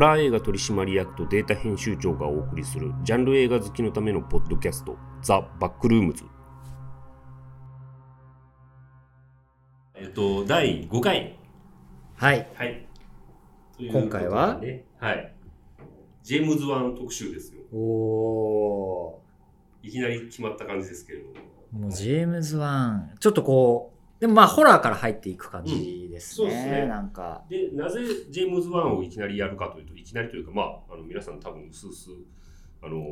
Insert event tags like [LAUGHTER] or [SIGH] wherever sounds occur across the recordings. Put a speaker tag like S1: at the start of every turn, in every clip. S1: ラー映画取締役とデータ編集長がお送りするジャンル映画好きのためのポッドキャスト「ザ・バックルームズ」えっと第5回
S2: はい。
S1: はい
S2: 今回は
S1: ということでねはいジェームズ・ワン特集ですよ
S2: おお
S1: いきなり決まった感じですけれども
S2: ー。もうジェームズ・ワン。ちょっとこう、でもまあホラーから入っていく感じですね。
S1: うんそうですね
S2: なんか。
S1: でなぜジェームズ・ワンをいきなりやるかというといきなりというかまああの皆さん多分うすうすあの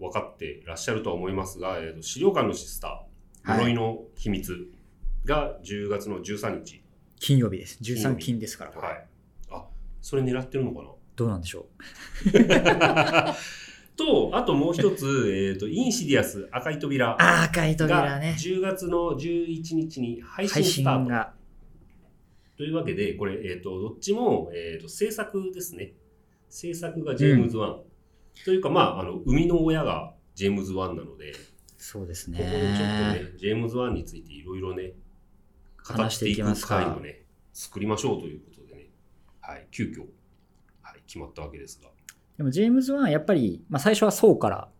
S1: 分かってらっしゃるとは思いますが、えー、と資料館のシスター
S2: はい
S1: 呪いの秘密が10月の13日
S2: 金曜日です。
S1: 金曜
S2: 13
S1: 日
S2: 金ですから、こ
S1: は
S2: れ
S1: いあそれ狙ってるの
S2: [LAUGHS]
S1: かな
S2: どうなんでしょ
S1: とあともう一つえーとインシディアス赤い扉
S2: う。あー、赤い扉
S1: が
S2: ね。
S1: 10月の11日に配信
S2: 配
S1: ス
S2: 信
S1: タート
S2: が。
S1: というわけで、これ、えっ、と、どっちも、えっ、と、制作ですね。制作がジェームズ・ワン。というか、まあ、あの、生みの親がジェームズ・ワンなので、こ
S2: そうです
S1: こでちょっと
S2: ね。
S1: ね、ジェームズ・ワンについていろいろね、語
S2: 話
S1: っ
S2: してて
S1: い
S2: いきま
S1: く
S2: す
S1: 会を
S2: か。
S1: ね、作りましょうということでね、はい、急遽、はい、決まったわけですが。
S2: でもジェームズ・ワンはやっぱり、まあ、最初はそうから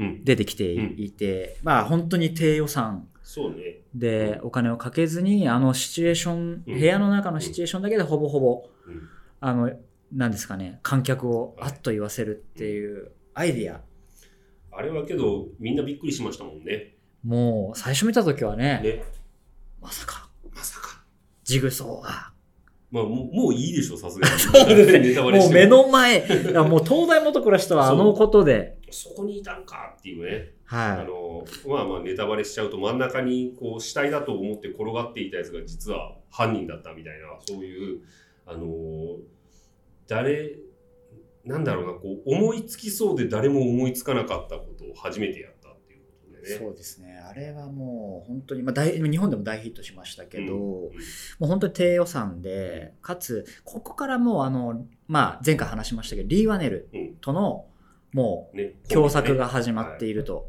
S1: うん、
S2: 出てきて
S1: うん
S2: いて、まあ本当に低予算
S1: そうね。
S2: でお金をかけずにあのシチュエーション、
S1: うん
S2: 部屋の中のシチュエーションだけでほぼほぼ、
S1: うん
S2: あのなんですかね観客をあっと言わせるっていうアイディア
S1: あれはけど、みんなびっくりしましたもんね。
S2: もう最初見た時はね
S1: ね、
S2: まさか
S1: まさか。
S2: ジグソーが
S1: まあ、もう、もういいでしょ、さす
S2: [LAUGHS]
S1: がに。
S2: ですね
S1: ネタバレ
S2: も
S1: し
S2: う
S1: て
S2: 目の前いやもう東大元暮らしとはあのことで
S1: そこにいたんかっていうね。あ
S2: は
S1: のまあまあネタバレしちゃうと真ん中にこう死体だと思って転がっていたやつが実は犯人だったみたいなそういうあの誰なんだろうなこう思いつきそうで誰も思いつかなかったことを初めてやったっていうこと
S2: い
S1: でね。
S2: そうですねあれはもう本当に、まあ、大日本でも大ヒットしましたけど、
S1: うんうん
S2: もう本当に低予算で、かつ、ここからもうあの、まあ前回話しましたけど、リー・ワネル
S1: うん
S2: との、も
S1: ね
S2: う共作が始まっていると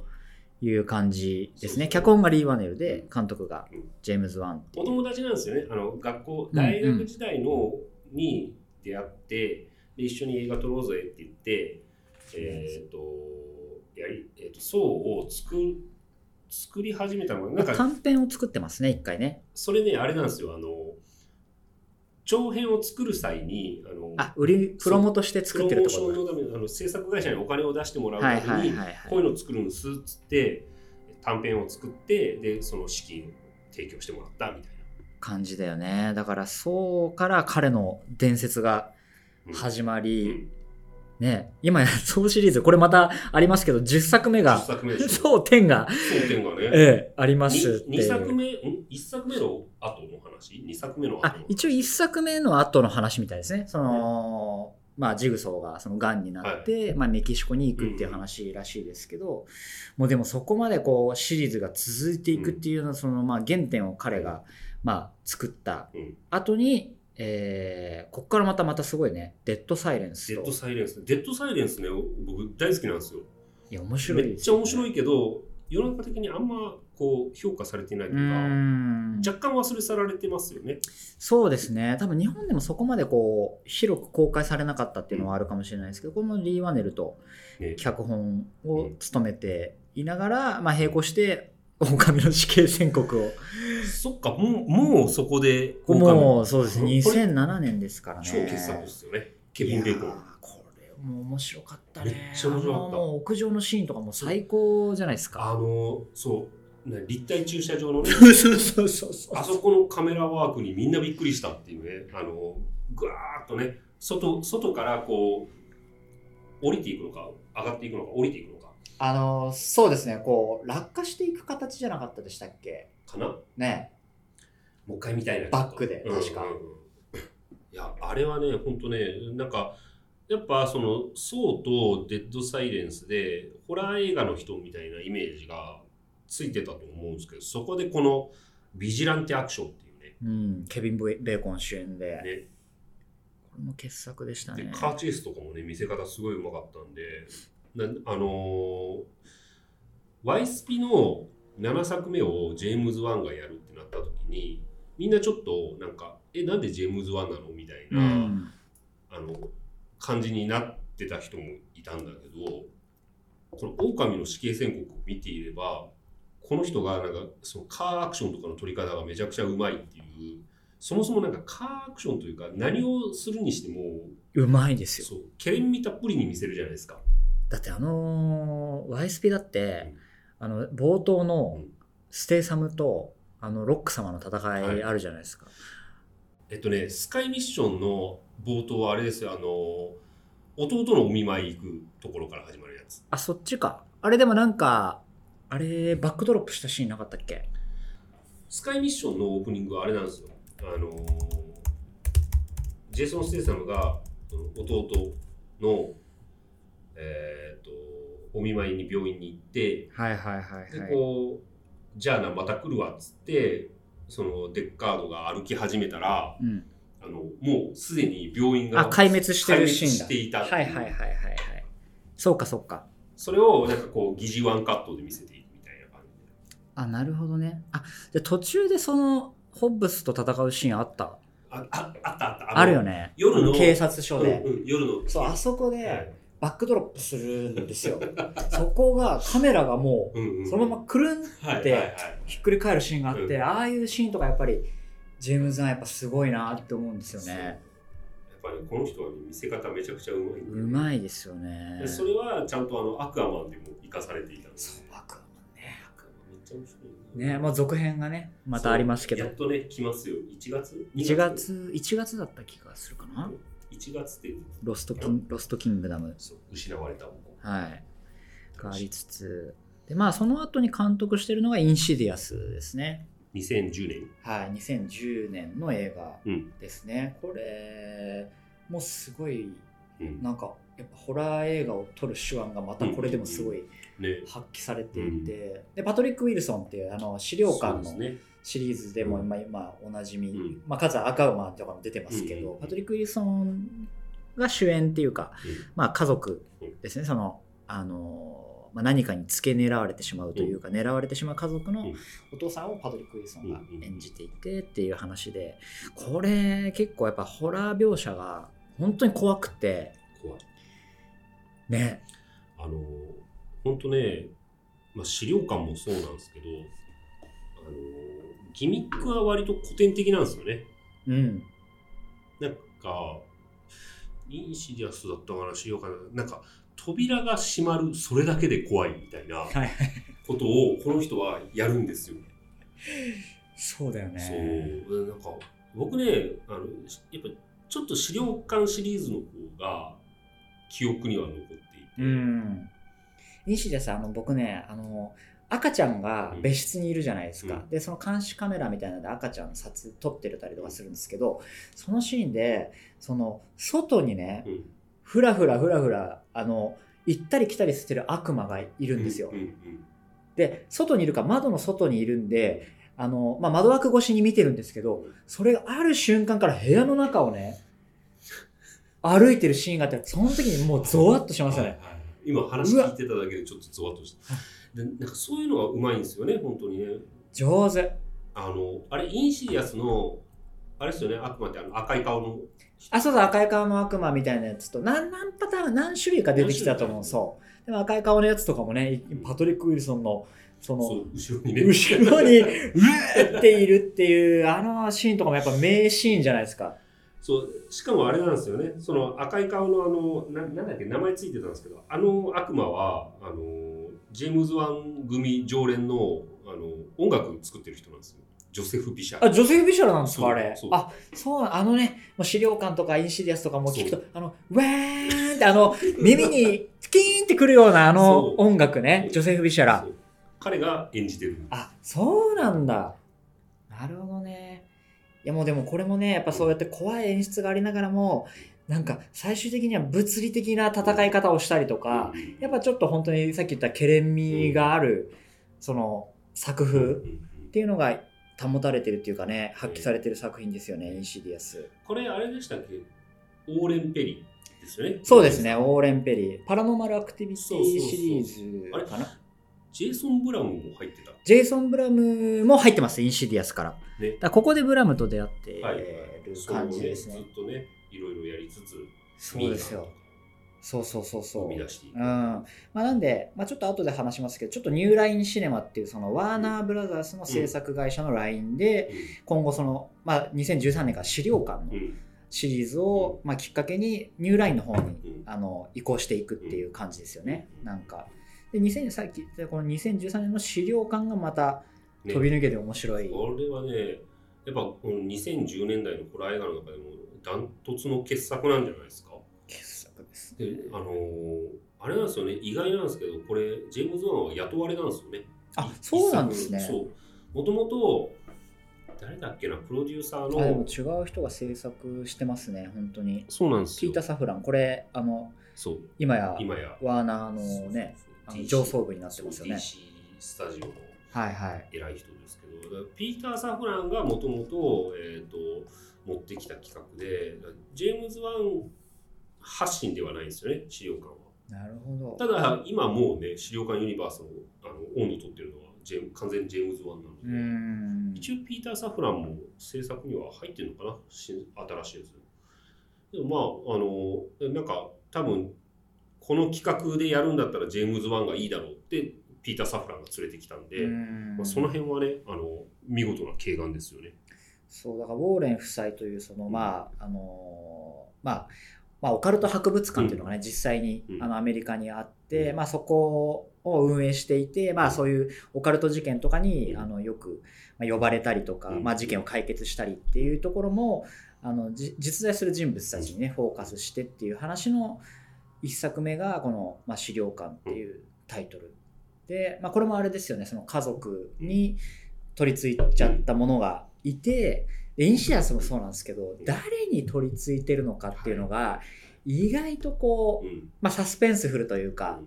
S2: いう感じですね。脚本がリー・ワネルで、監督が
S1: うん
S2: ジェームズ・ワンってい
S1: お
S2: う。
S1: 友達なんですよねあの学校
S2: うん
S1: 大学時代のに出会って、で一緒に映画撮ろうぜって言ってえっ、とやり、えー、と層を作る作り始めたのがなんか
S2: 短編を作ってますね、一回ね。
S1: それねあれなんですよあの長編を作る際にあの
S2: あ、売り、プロモとして作ってるとこ
S1: プロ
S2: ろ
S1: モーションのためにあの制作会社にお金を出してもらう
S2: だ。はい
S1: た
S2: は
S1: め
S2: い
S1: に
S2: はい
S1: こう
S2: はい。
S1: いうの作るんですっつって短編を作ってでその資金を提供してもらったみたいな。
S2: 感じだよね。だから、そうから彼の伝説が
S1: うん
S2: 始ま
S1: う
S2: り、
S1: ん
S2: ね、今や、そうシリーズ、これまたありますけど、10作目が
S1: 10、作目でしょ
S2: そう、天が、
S1: 争点がね。
S2: ええ、ありますって
S1: 二
S2: い
S1: 二作
S2: う。
S1: 目、ん一作目の後の話二作目の後の
S2: あ
S1: 話
S2: 一応一作目の後の話みたいですね。その、まあ、ジグソーがその癌になって、まあ、メキシコに行くっていう話らしいですけど、もうでもそこまでこうシリーズが続いていくっていうのは、そのまあ原点を彼が、まあ、作った
S1: うん
S2: 後に、えーここからまたまたすごいね、デッドサイレンス
S1: デッド。
S2: と
S1: サイレンス。デッドサイレンスね、僕大好きなんですよ。
S2: いや、面白い
S1: めっちゃ面白
S2: い。
S1: いけど、世の中的にあんまこう評価されてないうと
S2: ー
S1: いうか、
S2: ん
S1: 若干忘れ去られてますよね。
S2: そうですね多分日本でもそこまでこう広く公開されなかったっていうのはあるかもしれないですけど、このリー・ワネルと
S1: ね
S2: 脚本を務めていながら、まあ、並行して狼の死刑宣告を
S1: そっか、もうもうそこで公開
S2: もうそうです
S1: これ
S2: ね2007年ですからね
S1: 超傑作ですよね。ケビン・ベーコ
S2: いやー
S1: ン。
S2: これも面白かった
S1: め
S2: ね
S1: っちゃ面白かった
S2: あのもう屋上のシーンとかもう最高じゃないです
S1: あ
S2: か
S1: の、そう、ね立体駐車場のね。
S2: そうそうそうそうそ
S1: あそこのカメラワークにみんなびっくりしたっていうね、あの、ぐわーっとね、外、外からこう、降りていくのか、上がっていくのか、降りていくのか、
S2: あのそうですねこう落下していく形じゃなかったでしたっけ
S1: かな
S2: ね
S1: もう一回みたいな。
S2: バックで
S1: うん
S2: 確か
S1: うんうんいや、あれはね、ほんとね、なんか、やっぱその、ソーとデッドサイレンスで、ホラー映画の人みたいなイメージがついてたと思うんですけど、そこでこの、ビジランテアクションっていうね、
S2: うん、ケビン・ベーコン主演で、
S1: ね
S2: これも傑作でした
S1: で
S2: ね。
S1: カーチェイスとかもね見せ方すごいうまかったんでなあのーワイスピの7作目をジェームズ・ワンがやるってなった時にみんなちょっとなんか「えなんでジェームズ・ワンなの?」みたいな、
S2: うん、
S1: あの感じになってた人もいたんだけどこの狼の死刑宣告を見ていればこの人がなんかそのカーアクションとかの取り方がめちゃくちゃうまいっていうそもそもなんかカーアクションというか何をするにしても
S2: うまいですよ
S1: そうケレン味たっぷりに見せるじゃないですか。
S2: だってあのー、YSP だって
S1: うん、
S2: あの冒頭
S1: う
S2: の
S1: ん
S2: ステイサムとあのロック様の戦いあるじゃないですか、
S1: えっとねスカイミッションの冒頭はあれですよあの弟のお見舞い行くところから始まるやつ。
S2: あそっちかあれでもなんかあれバックドロップしたシーンなかったっけ
S1: スカイミッションのオープニングはあれなんですよ。あのージェイソン・ステイサムがその弟の、えー、とお見舞いに病院に行って、
S2: はいはいはい
S1: でこうじゃあなまた来るわっつってそのデッカードが歩き始めたら
S2: うん、
S1: あのもうすでに病院が
S2: あ壊滅してるシー
S1: 壊滅
S2: ンだ
S1: していたっていう
S2: はいはいはいはいはいそうかそうか
S1: それをなんかこう疑似ワンカットで見せていくみたいな感じで
S2: あなるほどねあで途中でそのホッブスと戦うシーンあった
S1: あああったあった
S2: あるよね
S1: 夜の
S2: あ警察署で、
S1: うんうん夜の
S2: そうあそこ
S1: は
S2: で
S1: い
S2: バックドロップするんですよそこがカメラがも
S1: うんうんう
S2: うんそのままくるん
S1: はい
S2: て
S1: はいはい
S2: ひっくり返るシーンがあって、
S1: うん
S2: ああいうシーンとかやっぱりジェームズ・ワンやっぱすごいなって思うんですよ
S1: そうやっ
S2: ね
S1: ぱり、ね、この人は、ね、見せ方めちゃくちゃうまいん
S2: う
S1: で
S2: まいですよね
S1: でそれはちゃんとあのアクアマンでも生かされていたんで
S2: そうバカね
S1: アクアマンめっちゃ面白いな
S2: ねまあ続編がねまたありますけど
S1: そうやっとね来ますよ1月
S2: 1月1月だった気がするかな
S1: 1月って
S2: ロストキンロストキングダム
S1: そう失われた男
S2: はいがありつつでまあその後に監督してるのがインシディアスですね
S1: 2010年
S2: はい2010年の映画
S1: うん
S2: ですね、これもすごい
S1: うん
S2: なんかやっぱホラー映画を撮る手腕がまたこれでもすごい
S1: ね
S2: 発揮されていて、でパトリック・ウィルソンっていうあの資料館
S1: そう
S2: の
S1: ですね
S2: シリーズでも
S1: うん
S2: 今,、今おなじみ、
S1: うん
S2: まあ、数はアカウマンとかも出てますけど、
S1: うん
S2: パトリック・ウィルソンが主演っていうか、まあ、家族ですねそのあの、まあ、何かに付け狙われてしまうというか、狙われてしまう家族
S1: う
S2: の
S1: ん
S2: お父さんをパトリック・ウィルソンが演じていてっていう話でこれ結構やっぱホラー描写が本当に怖くて
S1: 怖い
S2: ね
S1: あの本当ね、まあ、資料館もそうなんですけどあのギミックは割と古典的なんですよね
S2: うん
S1: なんかインシディアスだったかな資料館なんか扉が閉まるそれだけで怖いみたいな
S2: はい
S1: ことをこの人はやるんですよ、
S2: そうだよね
S1: そうなんか僕ねあのやっぱちょっと資料館シリーズの方が記憶には残っていて、
S2: ん西田さんあの僕ねあの赤ちゃんが別室にいるじゃないですか、
S1: うん
S2: でその監視カメラみたいなので赤ちゃんの撮撮ってたりとかするんですけどそのシーンでその外にね
S1: うん
S2: ふらふらふらふらあの行ったり来たりしてる悪魔がいるんですよ、
S1: うんうん
S2: で外にいるから窓の外にいるんであの、まあ、窓枠越しに見てるんですけどそれがある瞬間から部屋の中をね歩いてるシーンがあってその時にもうゾワッとしましたね。
S1: 今話聞いてただけでちょっとゾワッとしたでなんかそういうのがうまいんですよね本当にね
S2: 上手
S1: あのあれインシディアスのあれですよね悪魔ってあの赤い顔の
S2: あそうだ赤い顔の悪魔みたいなやつと何何パターン何種類か出てきたと思う
S1: 何種類か
S2: そうでも赤い顔のやつとかもねいパトリック・ウィルソンのその
S1: そう後ろにね
S2: 後ろにう [LAUGHS] ーっているっていうあのシーンとかもやっぱ名シーンじゃないですか
S1: [LAUGHS] そうしかもあれなんですよねその赤い顔のあのななんだっけ名前ついてたんですけどあの悪魔はあのジェームズ・ワン組常連のあの音楽作ってる人なんですよジョセフ・ビシャ
S2: あ、女性ビジュアルなんです
S1: そ
S2: か、
S1: う
S2: あれ
S1: そう。
S2: あ、そう、あのね、もう資料館とかインシディアスとかも聞く
S1: そ
S2: と、あの、わーんって、あの、耳にスキーンってくるようなあ
S1: そ
S2: の
S1: う
S2: 音楽ね、ジョセフ・ビシャラ
S1: そ。う彼が演じてる
S2: あ、そうなんだ。なるほどね。いやもうでもこれもね、やっぱそうやって怖い演出がありながらも、なんか最終的には物理的な戦い方をしたりとか、
S1: うん
S2: やっぱちょっと本当にさっき言ったケレン味がある、その作
S1: うんう
S2: 風っ
S1: ん
S2: ていうのが保たれてるっていうかね発揮されてる作品ですよね、インシディアス
S1: これあれでしたっけオーレン・ペリーですよね
S2: そうですねオーレン・ペリーパラノーマル・アクティビティシリーズ
S1: あれ
S2: かな
S1: ジェイソン・ブラムも入ってた
S2: ジェイソン・ブラムも入ってますインシディアスからだか
S1: ね
S2: らここでブラムと出会ってる
S1: はい
S2: 感じです
S1: そ
S2: ね
S1: うずっとねいろいろやりつつ
S2: そうそうですよ。そうそうそうそう。
S1: 生み出していく
S2: うん。まあ、なんで、まあ、ちょっと後で話しますけど、ちょっとニューラインシネマっていう、そのワーナーブラザースの制作会社のラインで、今後その、まあ、2013年から資料館
S1: うん
S2: のシリーズを、まあ、きっかけに、ニューラインの方に、
S1: うん
S2: あの、移行していくっていう感じですよね。
S1: うん
S2: なんか。で、2000さっき言ったこの2013年の資料館がまた
S1: ね
S2: 飛び抜けて面白い。
S1: これはねやっぱこの2010年代のホラー映画の中でもダントツの傑作なんじゃないですか
S2: 傑作です
S1: であのーあれなんですよね意外なんですけどこれジェームズ・ワンは雇われなんですよね
S2: あ、そうなんですね。
S1: 一作そうもともと誰だっけなプロデューサー
S2: あでも
S1: の
S2: 違う人が制作してますね、本当に。
S1: そうなんです
S2: ピ
S1: よ
S2: ーター・サフラン、これ、あの、
S1: そう
S2: 今や
S1: 今や
S2: ワーナーのね、あの上層部にな
S1: な
S2: ってますよね。
S1: DC スタジオの
S2: はいはい。
S1: 偉い人ですけどだからピーター・サフランがもともと,、えー、と持ってきた企画でジェームズ・ワン発信ではないんですよね資料館は
S2: なるほ
S1: た
S2: ど。
S1: だ今もうね資料館ユニバースのあのオンを取ってるのはジェーム完全にジェームズ・ワンなの
S2: う
S1: で、
S2: ーん。
S1: 一応ピーター・サフランも制作には入ってるのかな新新しいやつでもまああのなんか多分この企画でやるんだったらジェームズ・ワンがいいだろうってピーター・サフランが連れてきたんで、
S2: うーん
S1: まあ、その辺はねあの見事な軽眼ですよね。
S2: そうだからウォーレン夫妻というそのまああのーまあまあオカルト博物館というのがね、実際に
S1: うん
S2: あのアメリカにあって、
S1: うん
S2: まあそこを運営していてまあそういうオカルト事件とかに
S1: うん
S2: あのよくまあ呼ばれたりとか、
S1: うん
S2: まあ事件を解決したりっていうところもあのじ実在する人物たちにねフォーカスしてっていう話の一作目がこのまあ資料館っていうタイトルで、まあ、これもあれですよねその家族に取り付いちゃったものがいてでインシアスもそうなんですけど誰に取り付いてるのかっていうのが意外とこ
S1: う
S2: う、
S1: ん
S2: まあ、サスペンスフルというか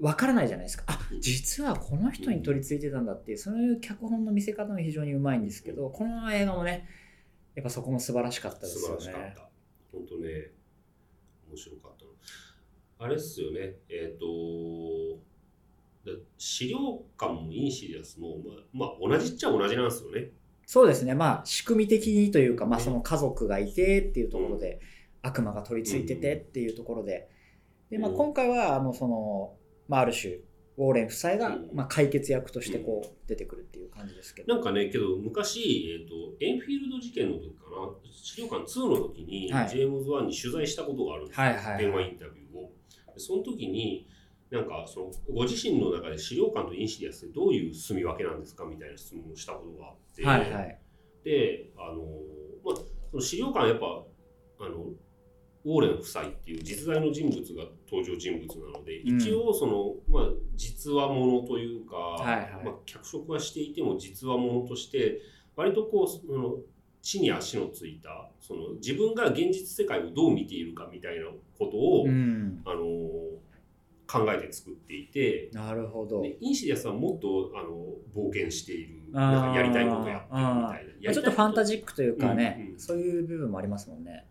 S2: わからないじゃないですかあ
S1: うん
S2: 実はこの人に取り付いてたんだっていうそういう脚本の見せ方も非常にうまいんですけどこの映画もねやっぱそこも素晴らしかったで
S1: 素
S2: す
S1: 晴
S2: よ
S1: らしかっ
S2: ね。
S1: た。本当ね、面白かったなあれっすよね、えっ、と、だ資料館もインシディアスも、まあ、まあ、同じっちゃ同じなんですよね。
S2: そうですねまあ仕組み的にというか、まあ、
S1: ね
S2: その家族がいてっていうところで、悪魔が取り付いててっていうところでで、まあ、
S1: うん
S2: 今回はあのその、まあ、ある種ウォーレン夫妻が、
S1: うん
S2: まあ、解決役としてこう出てくるっていう感じですけど、
S1: なんかね、けど昔、えっ、と、エンフィールド事件の時かな、資料館2の時に、
S2: はい
S1: ジェームズ・ワンに取材したことがあるんですよ
S2: はいはい
S1: 電
S2: は
S1: 話
S2: い
S1: インタビューを。でその時に、なんかそのご自身の中で資料館とインシディアスってどういう住み分けなんですかみたいな質問をしたことがあって、
S2: はいはい
S1: であの、まあ、その資料館はやっぱあのウォーレン夫妻っていう実在の人物が登場人物なので、
S2: うん
S1: 一応その、まあ、実話ものというか、
S2: いはい
S1: まあ、脚色はしていても実話ものとして割とこうその地に足のついたその自分が現実世界をどう見ているかみたいなことを、
S2: うん、
S1: あの考えて作っていて
S2: なるほど、
S1: でインシディアスはもっとあの冒険している
S2: あー
S1: なんかやりたいことやってるみたいな
S2: まあちょっとファンタジックというかね、
S1: うんうん
S2: そういう部分もありますもんね。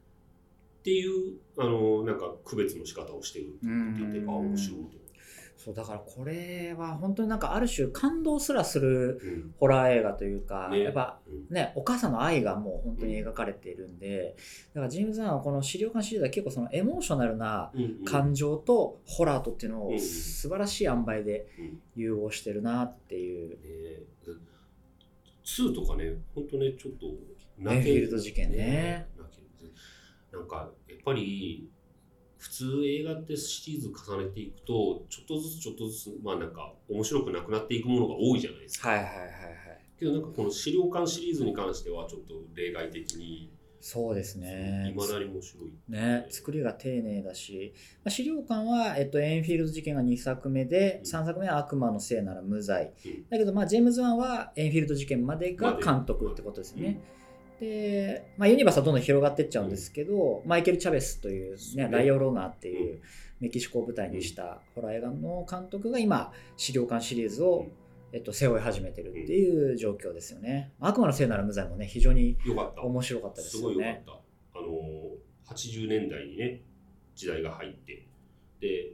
S1: っていうあのなんか区別の仕方をしてるって言って
S2: うん
S1: あ面白いと思
S2: そうだからこれは本当になんかある種感動すらす
S1: う、
S2: る
S1: うん
S2: ホラー映画というか、
S1: ね
S2: やっぱ
S1: うん
S2: ね、お母さんの愛がもう本当に描かれているんで、だからジェームズ・ワンはこの資料館シリーズは結構そのエモーショナルな
S1: うんうん
S2: 感情とホラーとっていうの
S1: う
S2: を
S1: ん
S2: 素晴らしい塩梅で
S1: うんね
S2: 融合してるなっていう、
S1: 2とかね本当ねちょっと
S2: エンフィールド事件ね
S1: 泣けるなんかやっぱり普通映画ってシリーズ重ねていくとちょっとずつちょっとずつまあなんか面白くなくなっていくものが多いじゃないですか、
S2: はいはいはいはい
S1: けどなんかこの資料館シリーズに関してはちょっと例外的に
S2: そうです
S1: い
S2: ね
S1: まだに面白い、
S2: ね作りが丁寧だし、まあ、資料館は、えっと、エンフィールド事件が2作目で
S1: うん
S2: 3作目は「悪魔のせいなら無罪
S1: うん」
S2: だけど、まあ、ジェームズ・ワンはエンフィールド事件までが
S1: まで
S2: 監督ってことですね、で、まあ、ユニバースはどんどん広がっていっちゃうんですけど、マイケル・チャベスという、
S1: そう
S2: ね
S1: ね
S2: ライオローナーっていううメキシコを舞台にしたホラー映画の監督が今資料館シリーズを
S1: うん、
S2: えっと、背負い始めてるっていう状況ですよね、悪魔のせいなら無罪もね非常に
S1: よかった
S2: 面白かったですす
S1: ご
S2: よ
S1: い良か
S2: ね
S1: った。あのー、80年代にね、時代が入って、で、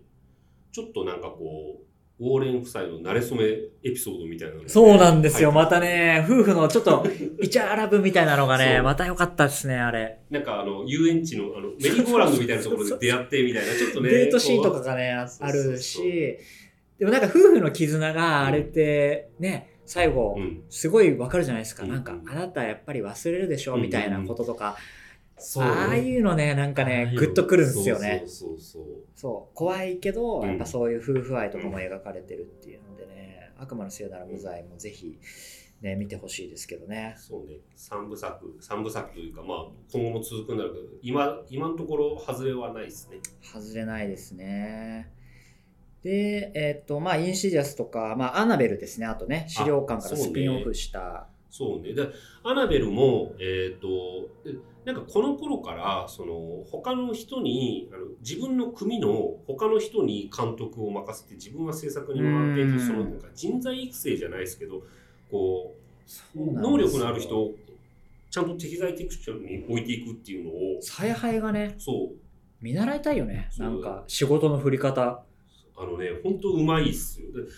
S1: ちょっとなんかこう、ウォーレン夫妻の馴れ初めエピソードみたいなのがね
S2: そうなんですよ。
S1: 入
S2: ま
S1: って
S2: たね、夫婦のちょっ
S1: [LAUGHS]
S2: と、イチャラブみたいなのが
S1: そ
S2: ね、
S1: う
S2: また良かったですね、あれ。
S1: なんかあの遊園地のあのメリーゴーランドみたいなところで出会ってみたいなちょっとね
S2: デートシーンと
S1: こ
S2: か
S1: う
S2: がね、あ
S1: そう
S2: あ
S1: そうそう
S2: るし、でもなんか夫婦の絆があれって、ね、最後、
S1: うん
S2: すごいわかるじゃないですか。
S1: うん
S2: なんか、あなたやっぱり忘れるでしょ、
S1: うん
S2: みたいなこととか、
S1: そう
S2: ああいうのね、なんかね、グッとくるんですよね。
S1: そうそうそうそう
S2: そう怖いけど、
S1: うん
S2: やっぱそういう夫婦愛とかも描かれてるっていうのでね「悪魔のせいなら無罪」もぜひ、ね、見てほしいですけどね
S1: そうね、三部作、三部作というか、まあ、今後も続くんだろうけど、今、今のところ、外れはないですね。
S2: 外れないですねでえっとまあインシディアスとか、まあ、アナベルですねあとね資料館か
S1: そ
S2: ら
S1: うね
S2: スピンオフした
S1: そうね、で、アナベルも、えっ、と、えなんかこの頃から、その、他の人に、あの自分の組の他の人に監督を任せて、自分は制作に回ってい
S2: うん
S1: る、その、なんか人材育成じゃないですけど、こう、
S2: そうなんですよ
S1: 能力のある人を、ちゃんと適材適所に置いていくっていうのを、
S2: 采配がね
S1: そう、
S2: 見習いたいよね
S1: そう
S2: なんか仕事の振り方
S1: あのね、本当うまいっすよ。で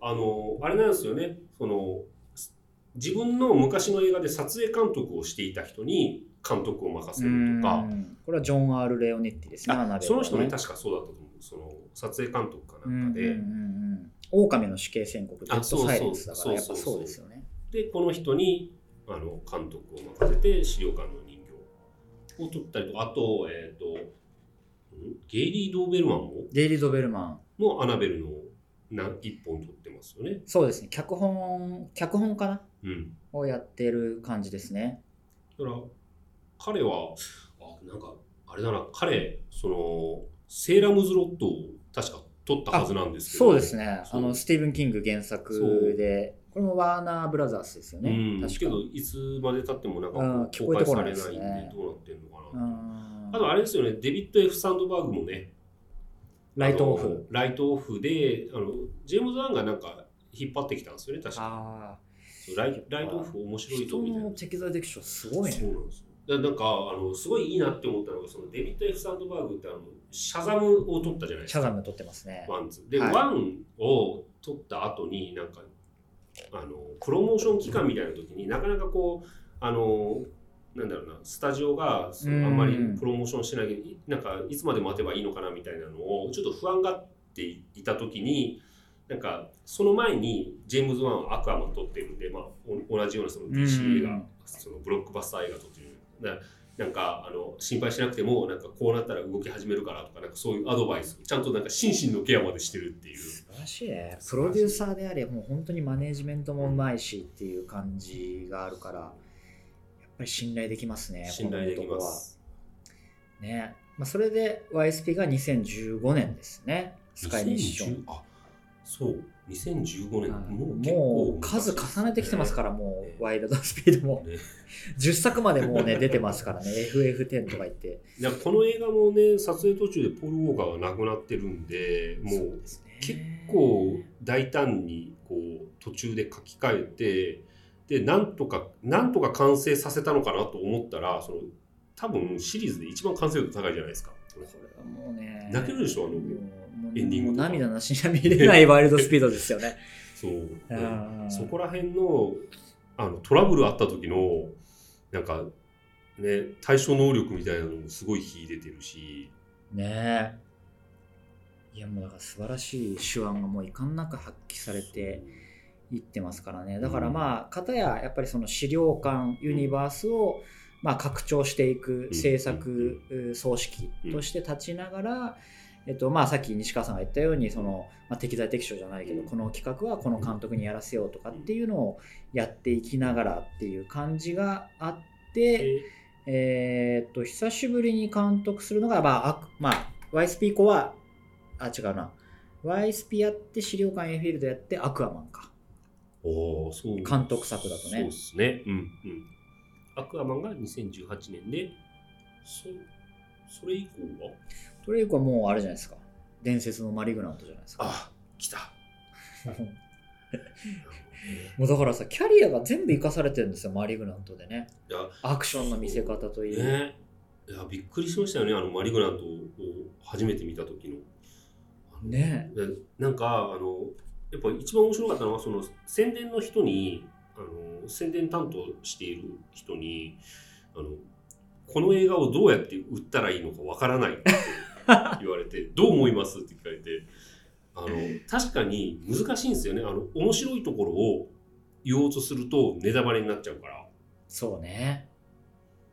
S1: あの、あれなんですよね、その、す自分の昔の映画で撮影監督をしていた人に監督を任せると
S2: う
S1: か、
S2: んこれはジョン・ R ・レオネッティですねアナベルは
S1: あ
S2: ね
S1: その人ね、確かそうだったと思う。その、撮影監督かなんかで、
S2: うんうんうんうん狼の死刑宣告デッ
S1: あ
S2: ド
S1: そうそう
S2: サイレンスだからやっ
S1: そ
S2: ぱ
S1: うそう
S2: そ
S1: そうう
S2: ですよね
S1: で、この人に、あの、監督を任せて、資料館の人形を撮ったりとか、あと、えっ、と、んゲイリー・ドーベルマンも、
S2: デイリー・ドベルマン
S1: のアナベルのな一本撮ってますよね。
S2: そうですね脚本脚本かな
S1: うん。
S2: をやってる感じですね
S1: だから彼はあなんかあれだな彼そのセーラムズロットを確か取ったはずなんですけど
S2: そうですねあ
S1: そう
S2: のスティーブン・キング原作でこれもワーナーブラザースですよね、
S1: うん、
S2: 確
S1: け
S2: か
S1: どいつまでたってもなんか
S2: うん聞
S1: 公
S2: こ
S1: 開
S2: えてこ
S1: さ
S2: ない
S1: れ
S2: で
S1: ない
S2: すね
S1: んでどうなってんのか
S2: う
S1: な、
S2: ん
S1: あとあれですよねデビッド・ F ・サンドバーグもね
S2: ライトオ
S1: あ
S2: フ
S1: のライトオフであのジェームズ・ワンがなんか引っ張ってきたんですよね確か
S2: ああ
S1: そうライライトオフ面白い
S2: 人
S1: とみたいな
S2: の適材適所すごい
S1: そう
S2: ね
S1: なんですよだなんかあのすごいいいなって思ったのがそのデビッド・ F ・サンドバーグってあのシャザムを取ったじゃないです
S2: シ
S1: か
S2: ャザム撮ってますね
S1: ワンツーで、
S2: はい
S1: ワンを取った後になんかあのプロモーション期間みたいな時になかなかこうあのなんだろうなスタジオがその
S2: うん
S1: あんまりプロモーションしないでなんかいつまで待てばいいのかなみたいなのをちょっと不安がっていた時になんかその前にジェームズ・ワンはアクアマン撮ってるんで、まあ、お同じようなその DC 映画、
S2: うん
S1: そのブロックバスター映画撮ってるななんかあの心配しなくてもなんかこうなったら動き始めるからとかなんかそういうアドバイスちゃんとなんか心身のケアまでしてるっていう
S2: 素晴らしいねプロデューサーであれもう本当にマネージメントもうまいしっていう感じがあるからやっぱり信頼できますね
S1: 信頼できます
S2: この男はね、まあ、それで YSP が2015年ですねスカイミッショ
S1: 2010
S2: ン
S1: あそう2015年
S2: はい
S1: もう結構
S2: もう数重ねてきてますかららもうワイルドスピードも [LAUGHS]
S1: ね
S2: 10作までもうね出てますからね FF10 とか言って
S1: なんかこの映画もね撮影途中でポール・ウォーカーが亡くなってるんでも
S2: そうですね
S1: 結構大胆にこう途中で書き換えてでなんとかなんとか完成させたのかなと思ったらその多分シリーズで一番完成度高いじゃないですか。
S2: これはもうね
S1: 泣けるでしょあの
S2: もうもう
S1: エンディングとか
S2: もう涙なしには見れないワイルドスピードですよね
S1: [LAUGHS] そう
S2: うん
S1: そこら辺のあのトラブルあった時のなんかね対処能力みたいなのもすごい秀でてるし
S2: ねえいやもうだから素晴らしい手腕がもういかんなく発揮されていってますからねだからまあ片ややっぱりその資料館ユニバースをまあ拡張していく制作総指揮として立ちながら、えっとまあ、さっき西川さんが言ったようにその、まあ、適材適所じゃないけどこの企画はこの監督にやらせようとかっていうのをやっていきながらっていう感じがあって。
S1: で
S2: えーっと、久しぶりに監督するのが、まあ、あくまあ、YSP 子は、あ、違うな。YSP やって、資料館エンフィールドやって、アクアマンか。
S1: おーそう
S2: 監督作だとね
S1: そうですねうんうんアクアマンが2018年でそそれ以降は
S2: それ以降はもうあれじゃないですか。伝説のマリグナントじゃないですか。
S1: あ来た
S2: [LAUGHS] もうだからさ、キャリアが全部生かされてるんですよ、マリグナントでね
S1: いや。
S2: アクションの見せ方といい。
S1: ねいやびっくりしましたよねあのマリグナントを初めて見た時のあ
S2: ね
S1: でなんかあのやっぱ一番面白かったのはその宣伝の人にあの宣伝担当している人にあのこの映画をどうやって売ったらいいのかわからないっ
S2: [LAUGHS]
S1: て言われてどう思いますって聞かれてあの確かに難しいんですよねあの面白いところを言おうとするとネタバレになっちゃうから
S2: そうね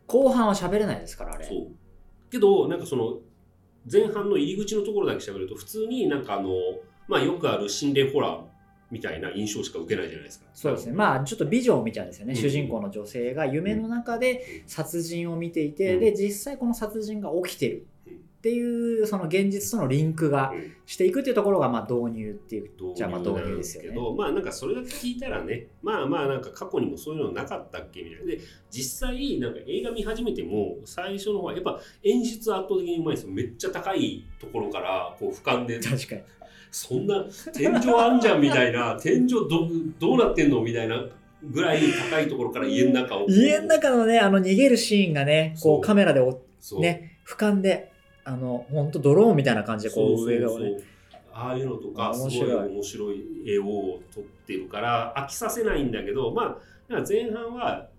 S2: 後半は喋れないですからあれ
S1: そうけどなんかその前半の入り口のところだけ喋ると普通になんかあのまあよくある心霊ホラーみたいな印象しか受けないじゃないですか
S2: そうですねまあちょっと美女を見ちゃうんですよね、
S1: うん
S2: 主人公の女性が夢の中で殺人を見ていて、
S1: うん
S2: で実際この殺人が起きてる
S1: うん
S2: っていうその現実とのリンクが
S1: うん
S2: していくっていうところがまあ導入っていう
S1: 導
S2: じゃあまあ
S1: 入
S2: 導
S1: なん
S2: 入で
S1: ですす
S2: よ
S1: け
S2: ね
S1: どまあなんかそれだけ聞いたらねまあまあなんか過去にもそういうのなかったっけみたいなで実際なんか映画見始めても最初の方はやっぱ演出圧倒的にうまいですよめっちゃ高いところからこう俯瞰
S2: [LAUGHS]
S1: で
S2: 確かに
S1: そんな天井あんじゃんみたいな天井どどうなってんのみたいなぐらい高いところから家の中を
S2: [LAUGHS] 家の中のねあの逃げるシーンがね
S1: そ
S2: こ
S1: う
S2: うカメラでお
S1: そう
S2: ね俯瞰であの本当ドローンみたいな感じでこ
S1: そううそう
S2: 上
S1: そ
S2: が
S1: う
S2: ね
S1: ああいうのとかすご
S2: 面白い
S1: い面白い絵を撮ってるから飽きさせないんだけどまあなんか前半は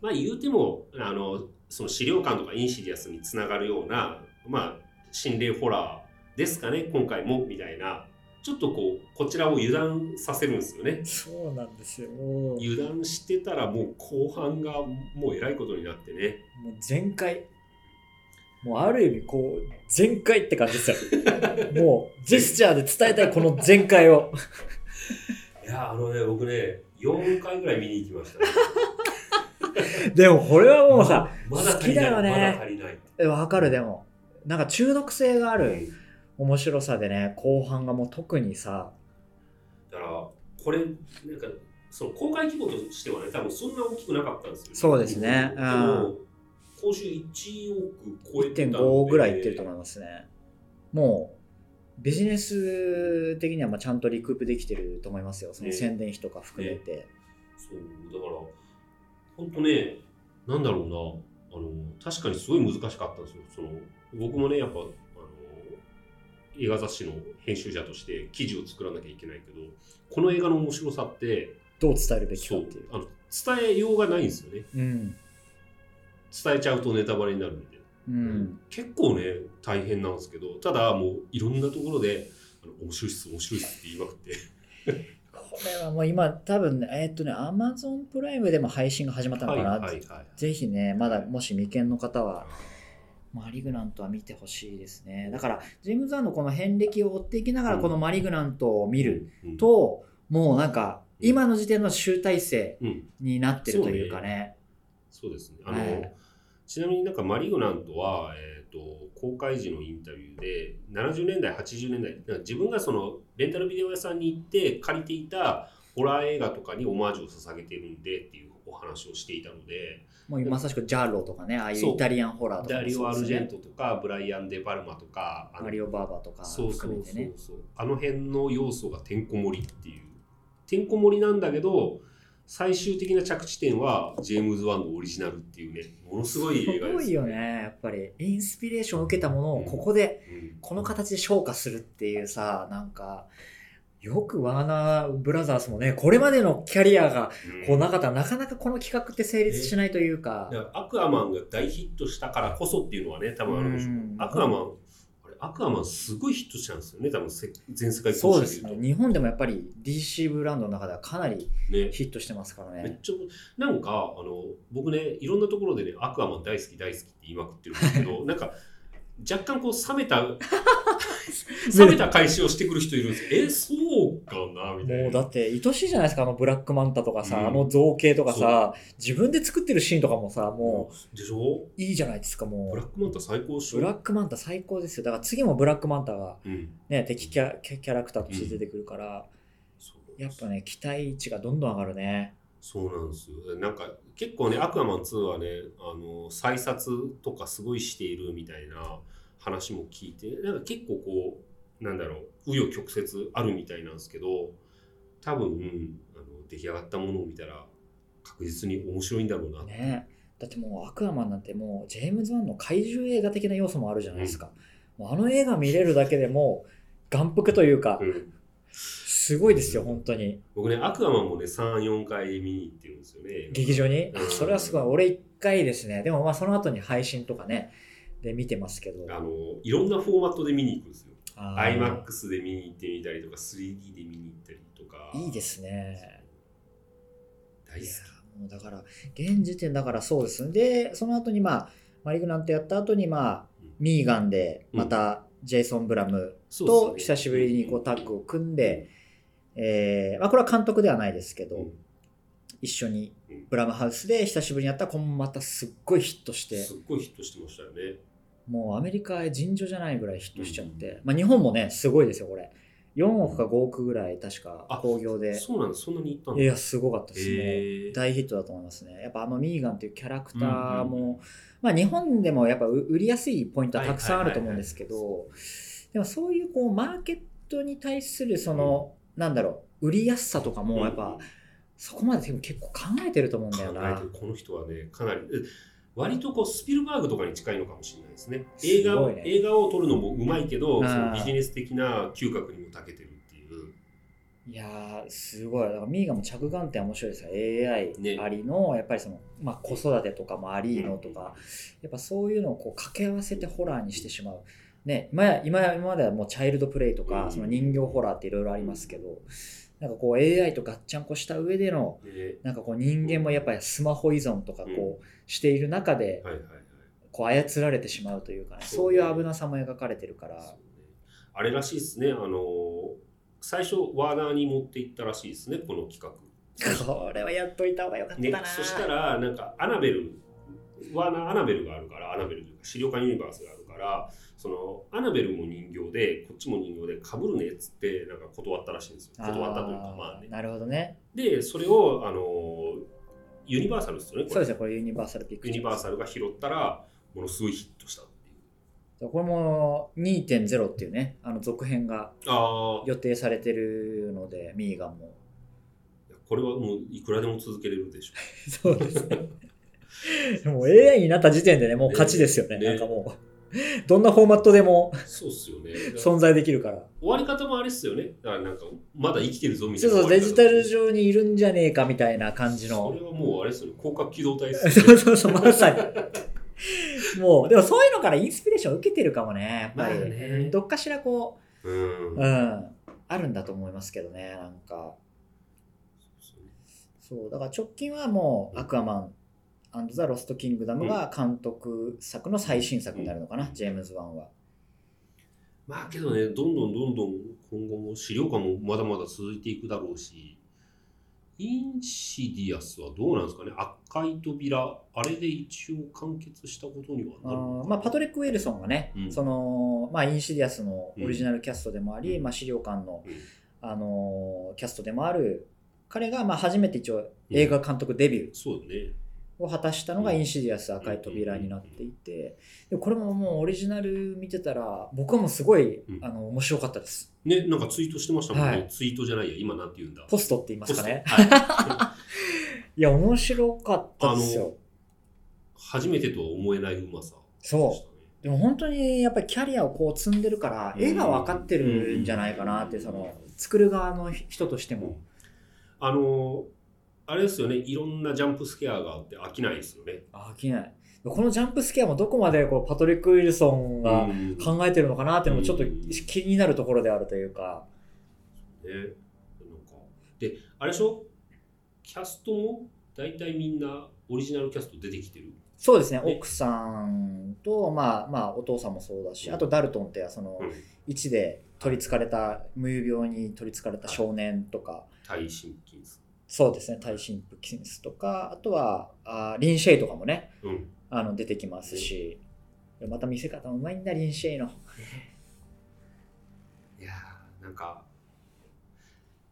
S1: まあ言うてもあのその資料館とかインシディアスにつながるようなまあ心霊ホラーですかね今回もみたいなちょっとこうこちらを油断させるんですよね
S2: そうなんですよ
S1: 油断してたらもう後半がもうえらいことになってね
S2: もう全開もうある意味こう全開って感じ [LAUGHS] ですよもうジェスチャーで伝えたいこの全開を
S1: いやあのね僕ね4回ぐらい見に行きました、ね、
S2: でもこれは [LAUGHS] もうさ
S1: まだ足りない
S2: 好きだよね
S1: まだ足りない
S2: えわかるでもなんか中毒性がある
S1: うん
S2: 面白さでね後半がもう特にさ
S1: だからこれなんかその公開規模としてはね多分そんな大きくなかったんですよ、
S2: そうですね
S1: でも今週1億超えてたんで
S2: 1.5ぐらいいってると思いますねもうビジネス的にはまあちゃんとリクープできてると思いますよその宣伝費とか含めて、
S1: そうだから本当ねなんだろうなあの確かにすごい難しかったんですよその僕もねやっぱあの映画雑誌の編集者として記事を作らなきゃいけないけどこの映画の面白さって
S2: どう伝えるべきか
S1: そ
S2: っ
S1: う
S2: ていう
S1: あの伝えようがないんですよね
S2: うん
S1: 伝えちゃうとネタバレになるんで
S2: うん
S1: 結構ね大変なんですけどただもういろんなところであの面白いっす面白いっすって言いまくって
S2: これはもう今多分ねえーっとね Amazon プライムでも配信が始まったの
S1: は
S2: か
S1: い
S2: な、
S1: はいはい
S2: ぜひねまだもし未見の方はマリグナントは見てほしいですねだからジェームズ・ワンのこの遍歴を追っていきながら
S1: うん
S2: このマリグナントを見る
S1: うん
S2: と、もうなんか
S1: うん
S2: 今の時点の集大成
S1: うん
S2: になってるというかね、
S1: そうですねあの、
S2: はい
S1: ちなみになんかマリグナントは、えー、と公開時のインタビューで70年代80年代なんか自分がそのレンタルビデオ屋さんに行って借りていたホラー映画とかにオマージュを捧げてるんでっていうお話をしていたので
S2: もうまさしくジャーロとかねああいう
S1: そう
S2: イタリアンホラーとか
S1: ダ
S2: も
S1: リオ・ア
S2: そう
S1: ル
S2: です
S1: ジ
S2: ね
S1: ェントとかブライアン・デ・パルマとかあの
S2: マリオ・バーバーとか
S1: そうそう
S2: 含
S1: そう
S2: めてね
S1: そうあの辺の要素がてんこ盛りっていうてんこ盛りなんだけど最終的な着地点はジェームズ・ワンのオリジナルっていうねものすごい映
S2: す
S1: 画
S2: ご
S1: で
S2: い
S1: す
S2: よねやっぱりインスピレーションを受けたものをここで
S1: うん
S2: この形で昇華するっていうさなんかよくワーナーブラザースもねこれまでのキャリアが
S1: うん
S2: こうなかったらなかなかこの企画って成立しないというか、
S1: だからアクアマンが大ヒットしたからこそっていうのはね多分あるでしょう
S2: うん
S1: アクアマンあれアクアマンすごいヒットしたんですよね多分せ全世界通
S2: そうで
S1: して
S2: す
S1: 見
S2: ね
S1: ると
S2: 日本でもやっぱり DC ブランドの中ではかなり
S1: ね
S2: ヒットしてますから
S1: めっ
S2: ね
S1: ちゃなんかあの僕ねいろんなところでねアクアマン大好き大好きって言いまくってるんですけ
S2: [LAUGHS]
S1: どなんか若干こう冷めた冷めた返しをしてくる人いるんですよえそうかなみたいな
S2: もうだって愛しいじゃないですかあのブラックマンタとかさ、
S1: うん
S2: あの造形とかさ自分で作ってるシーンとかもさも
S1: でしょ
S2: ういいじゃないですかも
S1: ブラ
S2: う
S1: ックマンタ最高っしょ
S2: ブラックマンタ最高ですよだから次もブラックマンタが、
S1: うん
S2: ね、敵キャキャキャラクターとして出てくるから、
S1: そう
S2: やっぱね期待値がどんどん上がるね
S1: そうなんですよなんか結構ねアクアマン2はねあの再殺とかすごいしているみたいな話も聞いてなんか結構こうなんだろう紆余曲折あるみたいなんですけど多分、あの出来上がったものを見たら確実に面白いんだろうなって、
S2: ねだってもうアクアマンなんてもうジェームズ・ワンの怪獣映画的な要素もあるじゃないですか、もうあの映画見れるだけでも眼福というか
S1: う、ん
S2: すごいですよ、本当に。
S1: 僕ね、アクアマンもね、3、4回見に行ってるんですよね。
S2: 劇場に
S1: うん。
S2: それはすごい。俺一回ですね。でもまあその後に配信とかね、で見てますけど。
S1: あの、いろんなフォーマットで見に行くんですよ。
S2: あー
S1: IMAX で見に行ってみたりとか、3D で見に行ったりとか。
S2: いいですね。
S1: 大
S2: い
S1: 好
S2: やもうだから現時点だからそうですでその後にまあマリグナントやった後にまあ
S1: うん
S2: ミーガンでまたジェイソン・ブラム
S1: き。そう
S2: と
S1: ですね
S2: 久しぶりにこうタッグを組んで、えーまあ、これは監督ではないですけど、
S1: うん
S2: 一緒に
S1: うん
S2: ブラムハウスで久しぶりにやったこンまたすっごいヒットして
S1: すっごいヒットしてましたよね。
S2: もうアメリカ尋常じゃないぐらいヒットしちゃって、
S1: う
S2: まあ、日本もねすごいですよこれ4億か5億ぐらい確か
S1: あ
S2: 興行で
S1: そうなんです、そんなに行ったん
S2: い
S1: です
S2: やすごかったです、もう
S1: えー
S2: 大ヒットだと思いますね。やっぱあのミーガンというキャラクターも、まあ、日本でもやっぱ売売りやすいポイントはたくさんあると思うんですけ
S1: はいはい
S2: どでもそういうこうマーケットに対するその、なんだろう売りやすさとかもやっぱ、
S1: うん
S2: そこまで結構考えてると思うんだよ
S1: 考え
S2: な
S1: てる。この人はね、かなり。え割とこうスピルバーグとかに近いのかもしれないですね。映
S2: す
S1: 画
S2: ご
S1: を
S2: いね
S1: 映画を撮るのもうまいけど、
S2: うん
S1: そのビジネス的な嗅覚にも長けてるっていう。
S2: いやーすごいだからミーガンも着眼点面白いですよ AI
S1: ね
S2: ありの、やっぱりその、まあ、子育てとかもありのとか、やっぱそういうのをこう掛け合わせてホラーにしてしまう。ね、今や今や今まではもうチャイルドプレイとか、
S1: うん
S2: その人形ホラーっていろいろありますけど、なんかこう AI とガッチャンコした上での、
S1: ね
S2: なんかこう人間もやっぱりスマホ依存とかこうしている中で、
S1: はいはいはい。
S2: こう操られてしまうというかね、
S1: そ
S2: そうう
S1: ね
S2: いう危なさも描かれてるから、
S1: そうねあれらしいですね、あの最初、ワーナーに持っていったらしいですね、この企画。
S2: これはやっといた方がよかった
S1: ね
S2: な、。
S1: そしたら、なんか、アナベル、ワーナーアナベルがあるから、アナベルというか、資料館ユニバースがあるから、その、アナベルも人形で、こっちも人形で、かぶるねっつって、なんか断ったらしいんですよ。断ったというか、まあ
S2: ー
S1: ね。
S2: なるほどね。
S1: で、それを、あのユニバーサルですよね、こ
S2: そう
S1: れ
S2: です。ね、これユニバーサルピク
S1: ユ
S2: チャ
S1: ニバー
S2: ーズ。
S1: サルが拾ったら、ものすごいヒットしたっていう。
S2: これも2.0っていうね、あの続編が
S1: ああ、
S2: 予定されてるので、ミーガンも。
S1: これはもう、いくらでも続けれるでしょう。
S2: [LAUGHS] そうです [LAUGHS] ね。もう AI になった時点でね、もう勝ちですよね。
S1: ね
S2: なんかもう、どんなフォーマットでも
S1: そうっすよね。
S2: 存在できるから。
S1: 終わり方もあれっすよね。だからなんか、まだ生きてるぞみた
S2: そ
S1: いうな。
S2: そう、デジタル
S1: の
S2: 上にいるんじゃねえかみたいな感じ
S1: そ
S2: の
S1: れ。はもうあれっ
S2: [LAUGHS]
S1: すよね。広角機動隊っすよ
S2: そ
S1: ね。
S2: うそうそう、まさに。もう、でもそういうのからインスピレーション受けてるかもね、やっぱり。
S1: まあね
S2: どっかしらこ
S1: うん
S2: う、う。ん、あるんだと思いますけどね、なんか。そうだから直近はもう「アクアマンザ・ロスト・キングダム」が監督作の最新作になるのかな、ジェームズ・ワンは。
S1: まあけどね、どんどんどんどん今後も資料館もまだまだ続いていくだろうし、インシディアスはどうなんですかね。赤い扉、あれで一応完結したことには
S2: あ
S1: なるの
S2: ー
S1: か
S2: まあ、パトリック・ウェルソンがね、
S1: うん
S2: そのまあ、インシディアスのオリジナルキャストでもあり、
S1: うん
S2: まあ、資料館の、
S1: うん
S2: あのーキャストでもある彼が、まあ、初めて一応映画監督デビュー
S1: そうだね。
S2: を果たしたのが「
S1: うん
S2: インシディアス赤い扉」になっていてでもこれももうオリジナル見てたら僕はもうすごい、
S1: うん
S2: あの面白かったです。
S1: ね、なんかツイートしてましたもんね。
S2: はい
S1: ツイートじゃないや、今なんて言うんだ。
S2: ポストって言いま
S1: ポ
S2: す
S1: ス
S2: か
S1: ト
S2: ね。
S1: はい [LAUGHS]
S2: や面白かったですよ。
S1: い、初めてとは思えないうまさでしたね。
S2: そうでも本当にやっぱりキャリアをこう積んでるから絵が分かってるんじゃないかなってその作る側の人としても
S1: あのあれですよねいろんなジャンプスケアがあって飽きないですよね。
S2: あ飽きないこのジャンプスケアもどこまでこうパトリック・ウィルソン
S1: う
S2: が
S1: ん
S2: 考えてるのかなっていうのもちょっと
S1: うん
S2: 気になるところであるというか
S1: ねなんかであれでしょキャストも大体みんなオリジナルキャスト出てきてる。
S2: そうですね
S1: ね
S2: 奥さんとまあまあお父さんもそうだしあとダルトンってその
S1: うん
S2: 1で取りつかれた無病に取りつかれた少年とか
S1: タイ・シンキンス。
S2: そうですねタイ・シンプキンスとかあとはあリン・シェイとかもね
S1: うん、
S2: あの出てきますし、また見せ方もうまいんだ、リンシェイの。
S1: いやーなんか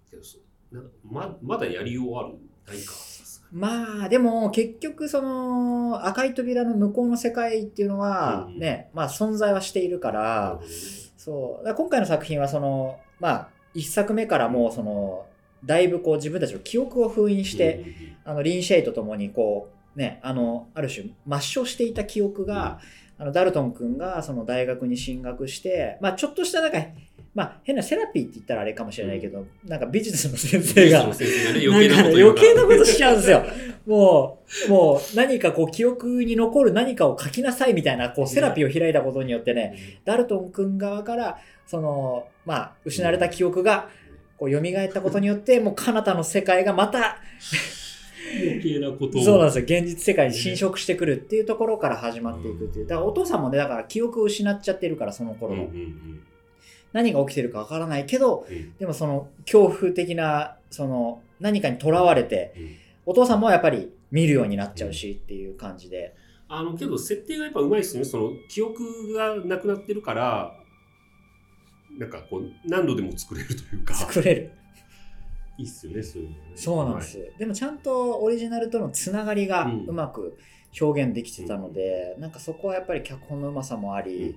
S1: けどそうなんかままだやりようあるないかさすがに
S2: まあ、でも結局、その赤い扉の向こうの世界っていうのは
S1: うん
S2: ね、まあ存在はしているか
S1: なる
S2: ら
S1: ほ、どね
S2: そう、だから今回の作品はその、まあ、一作目からもうその、だいぶこう自分たちの記憶を封印して、あのリンシェイと共にこう、ね、あの、ある種抹消していた記憶が、あのダルトン君がその大学に進学して、まあ、ちょっとしたなんかまあ、変なセラピーって言ったらあれかもしれないけど、なんか美術の先
S1: そ
S2: 生が
S1: の先生がね、
S2: な
S1: 余計な
S2: んか
S1: こと
S2: ね
S1: 言う
S2: 余
S1: から
S2: 計なことしちゃうんですよ。もう、もう何かこう記憶に残る何かを書きなさいみたいなこうセラピーを開いたことによってね、ダルトン君側から、その、まあ、失われた記憶が、こう蘇ったことによって、もう彼方の世界がまた、
S1: 余計なことを。
S2: そうなんですよ、現実世界に侵食してくるっていうところから始まっていくっていうう。
S1: ん
S2: だからお父さんもね、だから記憶を失っちゃってるから、その頃
S1: うんう
S2: の。
S1: んうん
S2: 何が起きてるかわからないけど、
S1: うん
S2: でもその恐怖的な、その何かにとらわれて、
S1: うん
S2: お父さんもやっぱり見るようになっちゃうしっていう感じで、
S1: あの、けど、設定がやっぱうまいですよね。その、記憶がなくなってるから、なんかこう、何度でも作れるというか、
S2: 作れる
S1: いいっすよね、そういうのね
S2: そうなんです、でもちゃんとオリジナルとのつながりが
S1: うん
S2: うまく表現できてたので、なんかそこはやっぱり脚本のうまさもあり、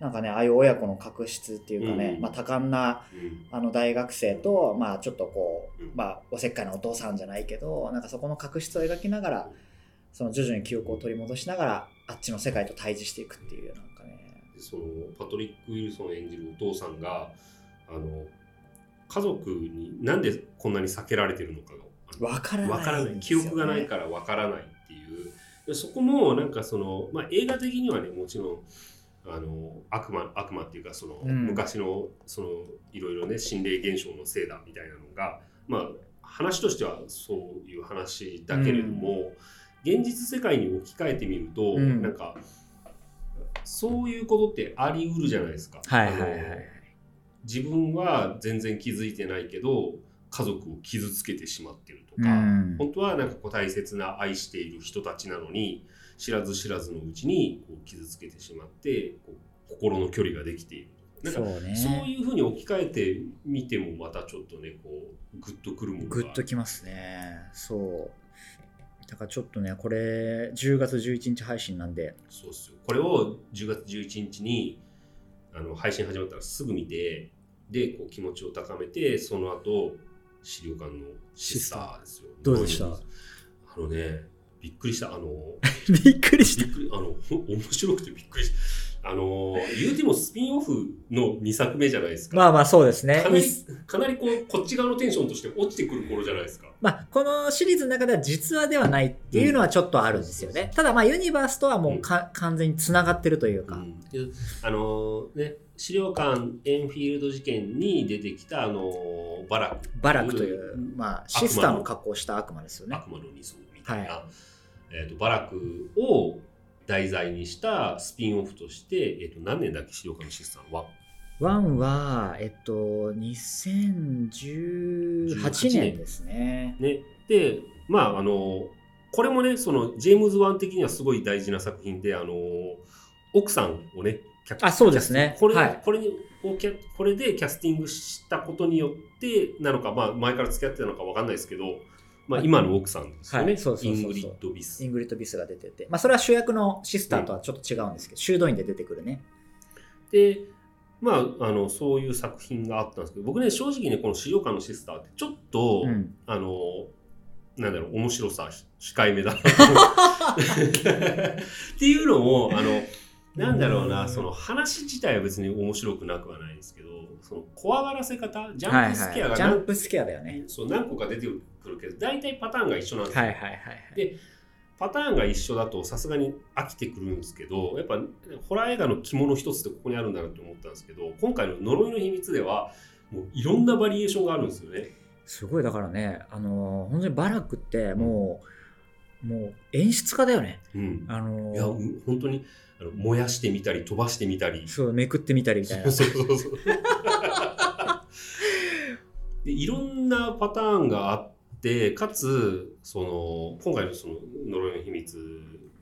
S2: なんかねああいう親子の確執っていうかね、
S1: うん
S2: まあ、多感な
S1: はいうん
S2: あの大学生と、まあ、ちょっとこう
S1: うん、
S2: まあ、おせっかいなお父さんじゃないけどなんかそこの確執を描きながらその徐々に記憶を取り戻しながらあっちの世界と対峙していくっていうなんかね
S1: でそのパトリック・ウィルソン演じるお父さんがあの家族になんでこんなに避けられてるのかがあの
S2: わからない
S1: わからない記憶がない
S2: ら
S1: からわからないっていうでそこもなんかその、まあ、映画的にはねもちろんあの悪魔悪魔っていうかその、
S2: うん
S1: 昔のそのいろいろね心霊現象のせいだみたいなのが、まあ、話としてはそういう話だけれども、現実世界に置き換えてみると、
S2: うん
S1: なんかそういうことってあり得るじゃないですか。
S2: はいはいはい
S1: あの自分は全然気づいてないけど家族を傷つけてしまってるとか、
S2: うん
S1: 本当はなんかこう大切な愛している人たちなのに知らず知らずのうちにこう傷つけてしまってこう心の距離ができている。なんか
S2: うね
S1: そういうふうに置き換えてみてもまたちょっとねこうグッとくるものが
S2: グッときますねそうだからちょっとねこれ10月11日配信なんで [LAUGHS]
S1: そうっすよこれを10月11日にあの配信始まったらすぐ見てでこう気持ちを高めてその後資料館のシスターですよ
S2: どうでした
S1: あのねびっくりしたあの
S2: びっくりし
S1: びっくりあのほん面白くてびっくりしたあの言うてもスピンオフの2作目じゃないですか、
S2: まあまあそうですね
S1: かなり
S2: いっ
S1: かなりこうこっち側のテンションとして落ちてくる頃じゃないですか
S2: まあ、このシリーズの中では実話ではないっていうのはちょっとあるんですよね、ただまあユニバースとはもうか、完全につながってるというか、
S1: うんであのね資料館エンフィールド事件に出てきたあのバラク
S2: バラクという、
S1: うん
S2: まあ、シスターの格好をした悪魔ですよね
S1: 悪魔の二層みたいな、
S2: は
S1: えー、とバラクを題材にしたスピンオフとして、えー、と何年だっけ資料館のシスターは
S2: ワンはえっと2018年ですね
S1: ねでまああのこれもねそのジェームズ・ワン的にはすごい大事な作品であの奥さんをねキャ
S2: あそうですね
S1: これ、
S2: はい
S1: これにをキャこれでキャスティングしたことによってなのか、まあ、前から付き合ってたのかわかんないですけど、まあ、
S2: はい
S1: 今の奥さんですよね、
S2: はいそうそうそう
S1: イン
S2: そう
S1: グリッド・ビス
S2: イングリッド・ビスが出てて、まあ、それは主役のシスターとはちょっと違うんですけど、修道院で出てくるね。
S1: でまあ、あのそういう作品があったんですけど僕ね正直ねこの「資料館のシスター」ってちょっと、
S2: うん、
S1: あのなんだろう面白さひ控えめだ
S2: [LAUGHS]
S1: なとっていうのもあのなんだろうなその話自体は別に面白くなくはないですけどその怖がらせ方ジャンプスケアが
S2: ジ
S1: な
S2: ャ
S1: ん
S2: ンプスケアだよね。
S1: そう何個か出てくるけど大体パターンが一緒なんですよ、
S2: はいはいはいはい。
S1: でパターンが一緒だとさすがに飽きてくるんですけどやっぱホラー映画の肝の一つってここにあるんだなって思ったんですけど今回の「呪いの秘密」ではもういろんなバリエーションがあるんですよね。
S2: すごいだからね、あのー本当にバラックってもう、もう演出家だよね。
S1: うん、
S2: あのー
S1: いやうん本当にあの燃やしてみたり飛ばしてみた [LAUGHS] り
S2: そうめくってみたりみたいな。
S1: そうそうそう [LAUGHS] でいろんなパターンがあってかつその今回のその「呪いの秘密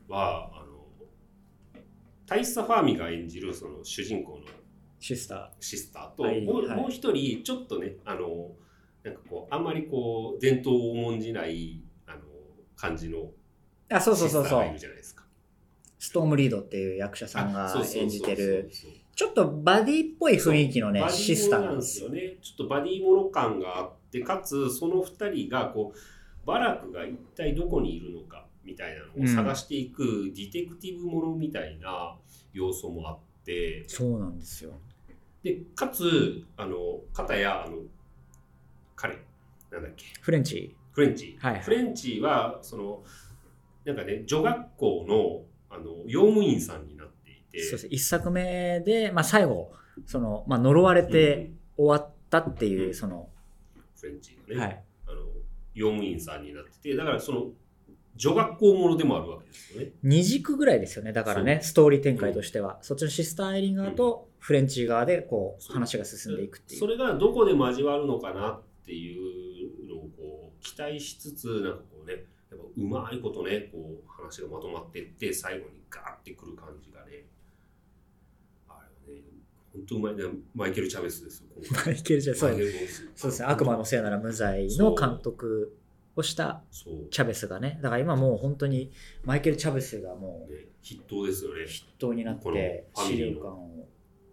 S1: は」あのタイッサ・ファーミが演じるその主人公の
S2: シスタ
S1: シスターと、
S2: はい
S1: もう
S2: はい
S1: もう一人ちょっとねあのなんかこうあんまりこう伝統を重んじないあの感じの
S2: ー。あ、そうそう
S1: シスタ
S2: そ
S1: ー
S2: うそ
S1: がいる
S2: う。
S1: じゃないですか。
S2: ストームリードっていう役者さんが
S1: あそうそうそう
S2: 演じてる、
S1: そうそうそう
S2: ちょっとバディっぽい雰囲気のね
S1: バ、デ
S2: シス
S1: ィ
S2: タ
S1: もの
S2: ー
S1: なん
S2: な
S1: ん
S2: で
S1: ですす
S2: よ。
S1: よねちょっとバディもの感があってかつその2人がこうバラクが一体どこにいるのかみたいなのを探していくディテクティブものみたいな要素もあって、
S2: そうなんですよ。
S1: で、かつ、あの、片や、あの、彼、なんだっけ、
S2: フレンチ。
S1: フレンチ。
S2: はいはい
S1: フレンチは、その、なんかね、女学校の、あの、用務員さんになっていて、
S2: そうですね一作目で、まあ、最後その、まあ、呪われて
S1: うん
S2: 終わったっていう、
S1: うん
S2: その、
S1: フレンチがね、
S2: はい、
S1: あの、用務員さんになってて、だからその、女学校ものでもあるわけですよね。
S2: 2軸ぐらいですよねだからねストーリー展開としては、そっちのシスターエリン側とフレンチ側でこ
S1: そうう
S2: 話が進んでいくってい
S1: そうれがどこで交わるのかなっていうのをこう期待しつつなんかこうねやっぱうまいことねこう話がまとまってって最後にガーってくる感じがねあれね本当うまいねマイケル・チャベスですよ今回
S2: [LAUGHS] いける [LAUGHS] じゃんそう
S1: マイ
S2: です
S1: ケルボス
S2: そうですね悪魔のせいなら無罪の監督をした
S1: そう
S2: チャベスがねだから今もう本当にマイケル・チャベスがもう
S1: ね筆頭ですよね
S2: 筆頭になっ
S1: こ
S2: て
S1: のファ
S2: 資
S1: ミリ
S2: 料
S1: ーの
S2: 館を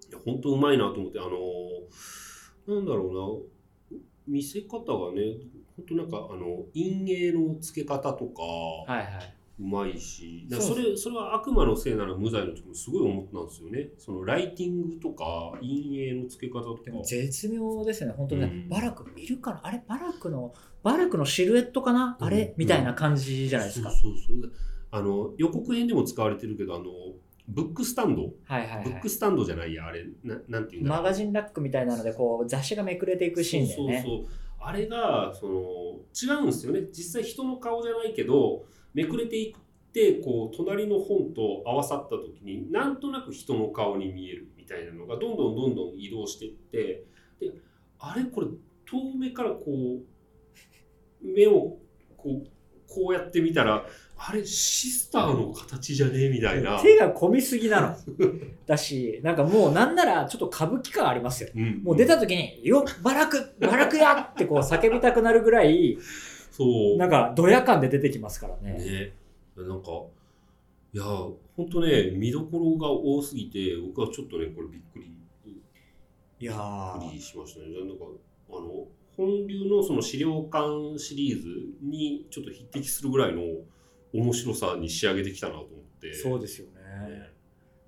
S1: いや本当うまいなと思ってあのーなんだろうな見せ方がね本当なんかあの陰影のつけ方とか、
S2: はいはい、
S1: うまいしだから
S2: そ
S1: そう
S2: そう
S1: れそれは悪魔のせいなら無罪の時もすごい思ったんですよねそのライティングとか陰影の付け方とか
S2: でも絶妙ですよね、本当にね、
S1: うん
S2: バラクいるから、あれ、バラクの、バラクのシルエットかな、あ
S1: うん
S2: れみたいな感じじゃないですか。
S1: そうそうそうあの予告編でも使われてるけどあのブックスタンド、
S2: はいはい、は
S1: ブッ
S2: い
S1: ク。スタンドじゃないやあれななんていうんだろう
S2: マガジンラックみたいなので、こう、雑誌がめくれていくシーンだよね。
S1: そうそうそうあれがその違うんですよね実際人の顔じゃないけどめくれていってこう隣の本と合わさった時になんとなく人の顔に見えるみたいなのがどんどんどんどん移動していってであれこれ遠目からこう目をこうこうやって見たらあれシスターの形じゃねえみたいな。
S2: 手が込みすぎなの。だし、なんかもう、なんなら、ちょっと歌舞伎感ありますよ。
S1: うん
S2: もう出た時に、よっ、バラク、バラクやってこう叫びたくなるぐらい、
S1: そう
S2: なんか、ドヤ感で出てきますからね。
S1: ね、なんかいや本当ね見どころが多すぎて僕はちょっとねこれびっくりび
S2: いや
S1: っく
S2: ー
S1: りしましたねなんかあの本流のその資料館シリーズにちょっと匹敵するぐらいの面白さに仕上げてきたなと思って
S2: そう
S1: で
S2: ですよね。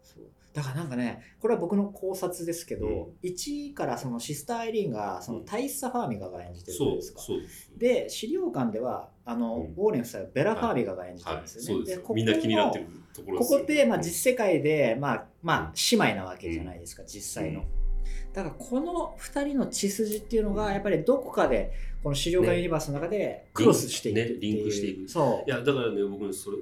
S2: そうだからなんかねこれは僕の考察ですけど、1からそのシスター・エリーンがそのタイス・ファーミガが演じてるじゃな
S1: そ
S2: いうですか。
S1: そうです
S2: で資料館ではあの、
S1: うん
S2: ウォーレン夫妻はベラ・ファーミガが演じてる
S1: は
S2: ん
S1: い
S2: ですよね。
S1: そうです
S2: ここ
S1: みんな気になってるところ
S2: こ
S1: ですよ
S2: こって、まあ、実世界で、まあまあ、姉妹なわけじゃないですか、実際の。
S1: うん
S2: だからこの2人の血筋っていうのがやっぱりどこかでこの資料館ユニバースの中でクロスしていくっていう、
S1: ねリンクしていく
S2: そ
S1: いやだからね僕ねそれ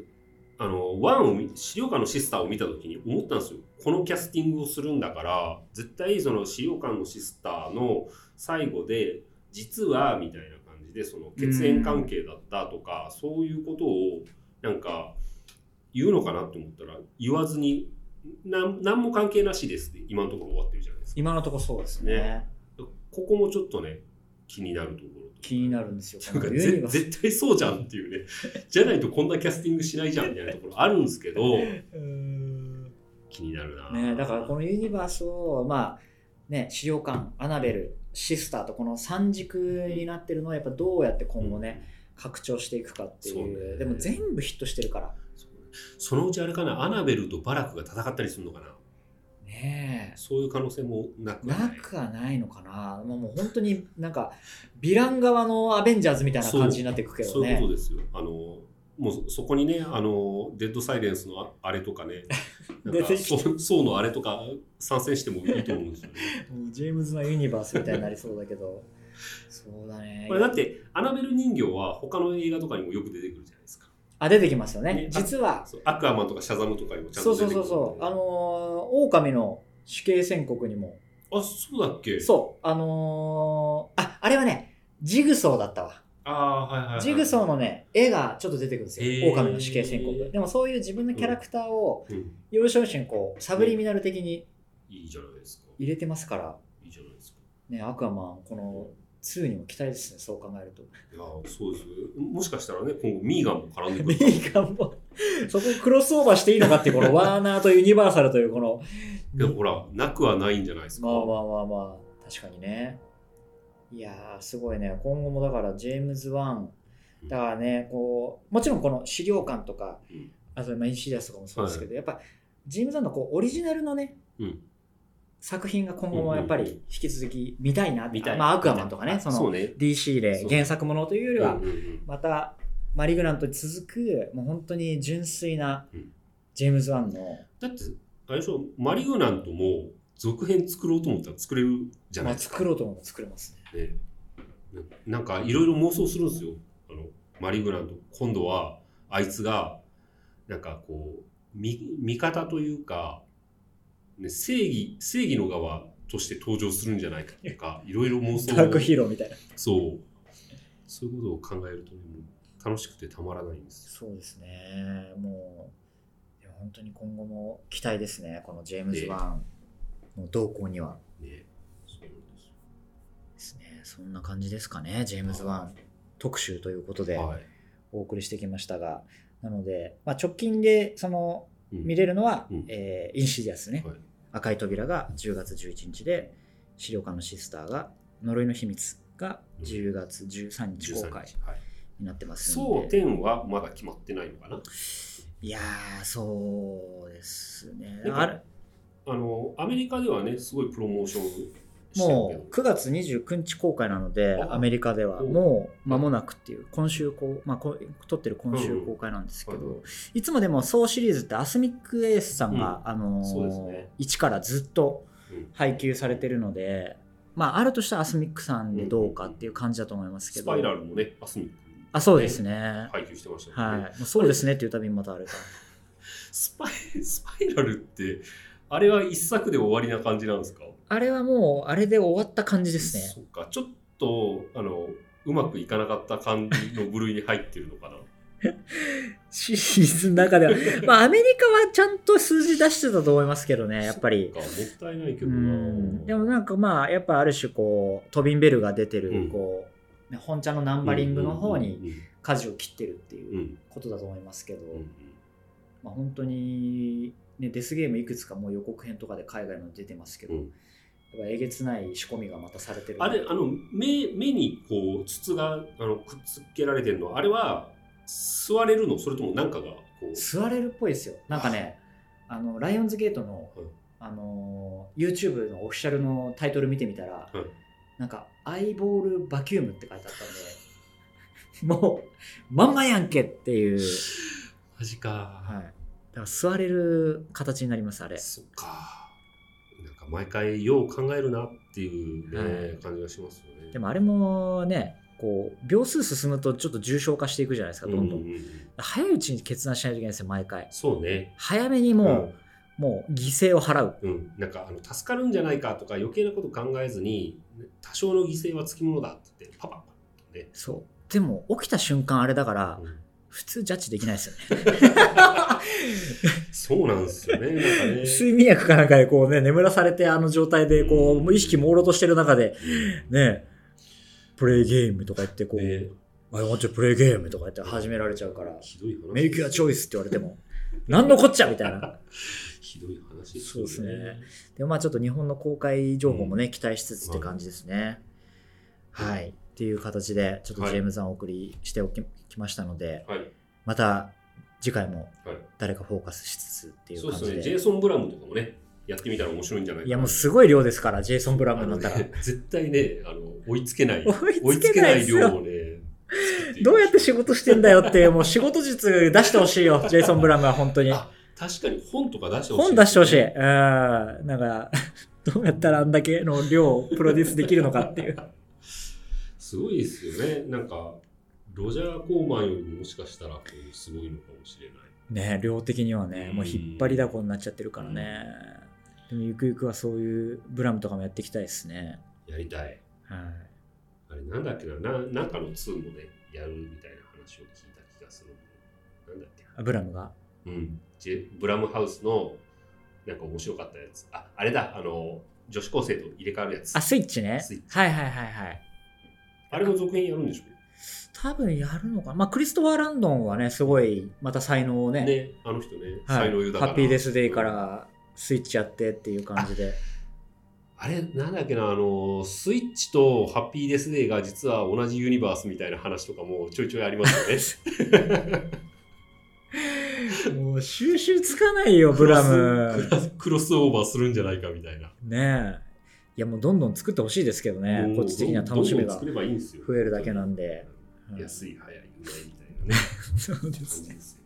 S1: あのワンを見資料館のシスターを見た時に思ったんですよこのキャスティングをするんだから絶対その資料館のシスターの最後で実はみたいな感じでその血縁関係だったとか、そういうことをなんか言うのかなって思ったら言わずになん何も関係なしですって今のところ終わってるじゃないです
S2: う
S1: か
S2: 今のところそうですね
S1: ねここもちょっとね気になるところ
S2: 気になるんですよ
S1: なんか
S2: この
S1: ぜ
S2: ユニバース
S1: 絶対そうじゃんっていうね
S2: [LAUGHS]
S1: じゃないとこんなキャスティングしないじゃんみたいなところあるんですけど気になるな、
S2: ね、だからこのユニバースを、まあね、資料館アナベルシスターとこの三軸になってるのはやっぱどうやって今後ね、拡張していくかっていう
S1: そうね
S2: でも全部ヒットしてるか
S1: う
S2: ら
S1: ん、そうそのうちあれかなアナベルとバラクが戦ったりするのかな
S2: ねえ
S1: そういう可能性もなくは
S2: なくはないのかな、まあ、もう本当になんかヴィラン側のアベンジャーズみたいな感じになっていくけど
S1: そういうこ
S2: ね
S1: とですよあのもうそそこにねあのデッドサイレンスのああれとか
S2: [LAUGHS]
S1: ねなんか
S2: 出てきた
S1: そうそうのあれとか参戦してもいいと思うんです
S2: [LAUGHS]
S1: よね
S2: もうジェームズのユニバースみたいになりそうだけどそうだね
S1: これだってアナベル人形は他の映画とかにもよく出てくるじゃないですか
S2: あ出てきますよね
S1: ね
S2: 実は
S1: そうアクアマンとかシャザムとかにもちゃん
S2: そ
S1: と
S2: う
S1: 出てく
S2: そう
S1: る
S2: そうそうあのー狼の死刑宣告にも
S1: あ、そうだっけ
S2: そうあのーああれはねジグソーだったわ
S1: ああー、はいはい、はい。
S2: ジグソー
S1: の。
S2: のね絵がちょっと出てくるんですよ、
S1: へー
S2: 狼の死刑宣告でもそういう自分のキャラクターを
S1: うん、
S2: 要所要所にこうサブリミナル的に
S1: いいじゃないですか。
S2: 入れてますから
S1: いいじゃないですか。
S2: ねアクアマンこの2にも期待ですねそう考える [LAUGHS] と
S1: いやー、そうです。もしかしたらね、今後ミーガンも絡んでく
S2: メ
S1: る。
S2: [LAUGHS] ーカーもそこクロスオーバーしていいのかっていうこのワーナーとユニバーサルというこの
S1: でもほら、なくはないんじゃないですか。
S2: まあまあまあまあ確かにねいやーすごいね今後もだからジェームズ・ワン
S1: うん
S2: だからねこうもちろんこの資料館とか、
S1: うん
S2: あとまあインシディアスとかもそうですけど、やっぱジェームズ・ワンのこうオリジナルのね、
S1: うん
S2: 作品が今後もやっぱり引き続き見たいな、
S1: 見たい
S2: まあ、アクアマンとかね、そ
S1: そう
S2: の
S1: ね。
S2: DC で原作ものというよりは
S1: うん、うんうん
S2: またマリグラントに続く、もう本当に純粋な
S1: うん
S2: ジェームズ・ワンの、
S1: だって、あれでしょ、マリグナントも続編作ろうと思ったら作れるじゃな
S2: ま
S1: い
S2: あ、
S1: ですか。
S2: 作ろうと思うと作れますね。
S1: ね、ななんかいろいろ妄想するんですよあのマリーグラント今度はあいつがなんかこうみ味方というか、ね、正義正義の側として登場するんじゃないかと
S2: [LAUGHS]
S1: かいろいろ妄想
S2: ダークヒーローみたいな。
S1: そうそういうことを考えると、ね、もう楽しくてたまらないんですよ
S2: そうですね、もう、でも本当に今後も期待ですね、このジェームズ・ワンの動向には。
S1: ねそうなんですよ
S2: ですね、そんな感じですかね、ジェームズ・ワン特集ということで
S1: はい
S2: お送りしてきましたが、なので、まあ、直近でその
S1: うん
S2: 見れるのは、
S1: うん
S2: えーインシディアスね、
S1: はい
S2: 赤い扉が10月11日で、資料館のシスターが、呪いの秘密が10月13日公
S1: 13
S2: 開
S1: 日はい
S2: になってますの
S1: 争
S2: で、
S1: 点はまだ決まってないのかない
S2: やー、そうですね。
S1: なんか
S2: あれ
S1: あのアメリカではねすごいプロモーションしてるけど
S2: もう9月29日公開なので、
S1: あ
S2: アメリカでは
S1: お
S2: もう間もなくっていう、今週こう、まあ、こう撮ってる今週公開なんですけ
S1: うんうん
S2: ど、いつもでも、そうシリーズってアスミックエースさんが、あの
S1: そうですね
S2: 1からずっと
S1: うん
S2: 配給されてるので、まあ、あるとしたらアスミックさんでどうかっていう感じだと思いますけ
S1: ス
S2: ど、
S1: パイラルもね、アスミック、
S2: あそうですね。
S1: 配給してましたも
S2: はい
S1: んね、
S2: もうそうですねっていうたびにまたあるから
S1: スパイ。 [LAUGHS] スパイラルって、あれは一作で終わりな感じなんですか
S2: あれはもうあれで終わった感じですね
S1: そっか、ちょっとあのうまくいかなかった感じの部類に入ってるのかな。
S2: シリーズの
S1: [LAUGHS]
S2: 中では、まあ、アメリカはちゃんと数字出してたと思いますけど [LAUGHS] ね、やっぱり。
S1: そっかもったいないけ
S2: う
S1: ど
S2: ん
S1: な。
S2: でもなんかまあ、やっぱある種、こう、トビン・ベルが出て
S1: う
S2: る
S1: ん、
S2: こう、ね本茶のナンバリングの方に
S1: う
S2: 舵を切ってるってい
S1: んうんうん。
S2: う
S1: うん
S2: ことだと思いますけど、
S1: うんうん
S2: まあ、本当に、ね、デスゲームいくつかもう予告編とかで海外の出てますけど、
S1: う
S2: やっ
S1: ん
S2: ぱえげつない仕込みがまたされてる。
S1: あれ、あの目目にこう筒があのくっつけられてるの、あれは吸われるの、それともなんかがこう。
S2: 座れるっぽいですよ。なんかね、あの、ライオンズゲートの
S1: うん、
S2: あのー、YouTube のオフィシャルのタイトル見てみたら
S1: うん、
S2: なんか、アイボールバキュームって書いてあったんで、もう、まんまやんけっていう、
S1: マジか。
S2: はい。だから座れる形になります、あれ。
S1: そっか。なんか毎回よう考えるなっていうね、
S2: はい
S1: 感じがしますよね。
S2: でもあれもね、こう、秒数進むとちょっと重症化していくじゃないですか、どんどん。
S1: ううんうん
S2: 早いうちに決断しないといけないですよ、毎回。
S1: そうね。
S2: 早めにもう、もう犠牲を払う。
S1: うん、うん、なんかあの助かるんじゃないかとか余計なこと考えずに多少の犠牲はつきものだって言ってパパパッとね。
S2: そう。でも、起きた瞬間あれだから、
S1: うん
S2: 普通ジャッジできないですよね。
S1: そうなんですよね。なんかね。
S2: 睡眠薬かなんかでこうね、眠らされてあの状態でこう、
S1: うん
S2: もう意識朦朧としてる中で、
S1: うん
S2: ね、プレイゲームとか言ってこう、
S1: ね
S2: I want to play game とか言って始められちゃうから、
S1: ひどい話。
S2: make your choice って言われて
S1: [LAUGHS]
S2: も、なんのこっちゃみたいな。
S1: ひどい話
S2: そうですね。でもまあちょっと日本の公開情報もね、期待しつつって感じですね。
S1: うん
S2: はい。っていう形で、ちょっと
S1: はい
S2: ジェームズさんお送りしておき、きましたので、
S1: はい。
S2: また次回も
S1: はい
S2: 誰かフォーカスしつつっていう
S1: そう
S2: 感
S1: ですね。
S2: じで。
S1: ジェイソン・ブラムとかもね、やってみたら面白いんじゃないか
S2: いやもうすごい量ですから、ジェイソン・ブラ
S1: あ
S2: ムにな
S1: の
S2: ったら。 [LAUGHS]
S1: ね、絶対ね、あの追いつけない。
S2: 追
S1: [LAUGHS] 追
S2: い
S1: い
S2: つ
S1: つ
S2: け
S1: け
S2: な
S1: ない
S2: で
S1: い
S2: す
S1: 量
S2: よ。
S1: をね、作ていく
S2: どうやって仕事してんだよ [LAUGHS] っていう、もう仕事術出してほしいよ、ジェイソン・ブラムは本当に。
S1: あ確かに本とか出してほしい。
S2: 本出してほしい。うん。なんか、 [LAUGHS] どうやったらあんだけの量をプロデュースできるのかっていう。
S1: すごいですよね。なんか、ロジャー・コーマンよりももしかしたらこうすごいのかもしれない。
S2: ね量的にはね、もう引っ張りだこになっちゃってるからね。でもゆくゆくはそういうブラムとかもやっていきたいですね。
S1: やりたい。
S2: はい。
S1: あれ、なんだっけな、ななんかの2もね、やるみたいな話を聞いた気がする。なんだっけな。
S2: あブラムが。
S1: うん。ジェブラムハウスの、なんか面白かったやつ。あ、あれだ、あの、女子高生と入れ替わるやつ
S2: あ、。スイッチね。
S1: スイッチ
S2: はいはいはいはい。
S1: あれの続編やるんでしょ
S2: 多分やるのかな。まあ、クリストファー・ランドンはね、すごい、また才能をね、
S1: ね、あの人ね、
S2: はい、
S1: 才能豊かな
S2: ハッピーデスデイか。らスイッチやってっていう感じで
S1: あれ、なんだっけな、あの、スイッチとハッピーデスデーが実は同
S2: [LAUGHS]
S1: じユニバースみたいな話とかもちょいちょいありますよね。
S2: もう収集つかな
S1: [LAUGHS]
S2: いよ、ブラム
S1: ク。ロスクロスオーバーするんじゃないかみたいな。
S2: ねえ。いや、もうどんどん作ってほしいですけどね。こっち的には楽しみ
S1: どんどん
S2: が
S1: 作。ればいいんですよ。
S2: 増えるだけなんで
S1: うん。
S2: うん
S1: 安い、早い、うまいみたいなね。
S2: そうで
S1: 感
S2: す
S1: じ
S2: ね。
S1: ですよ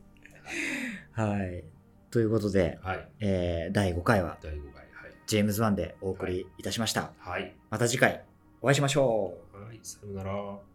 S2: はい。ということで、
S1: はい。
S2: えー第5回は
S1: 第5回。
S2: ジェームズ・ワンでお送りいたしました。
S1: はい。
S2: また次回お会いしましょう。
S1: はい。はい。さようなら。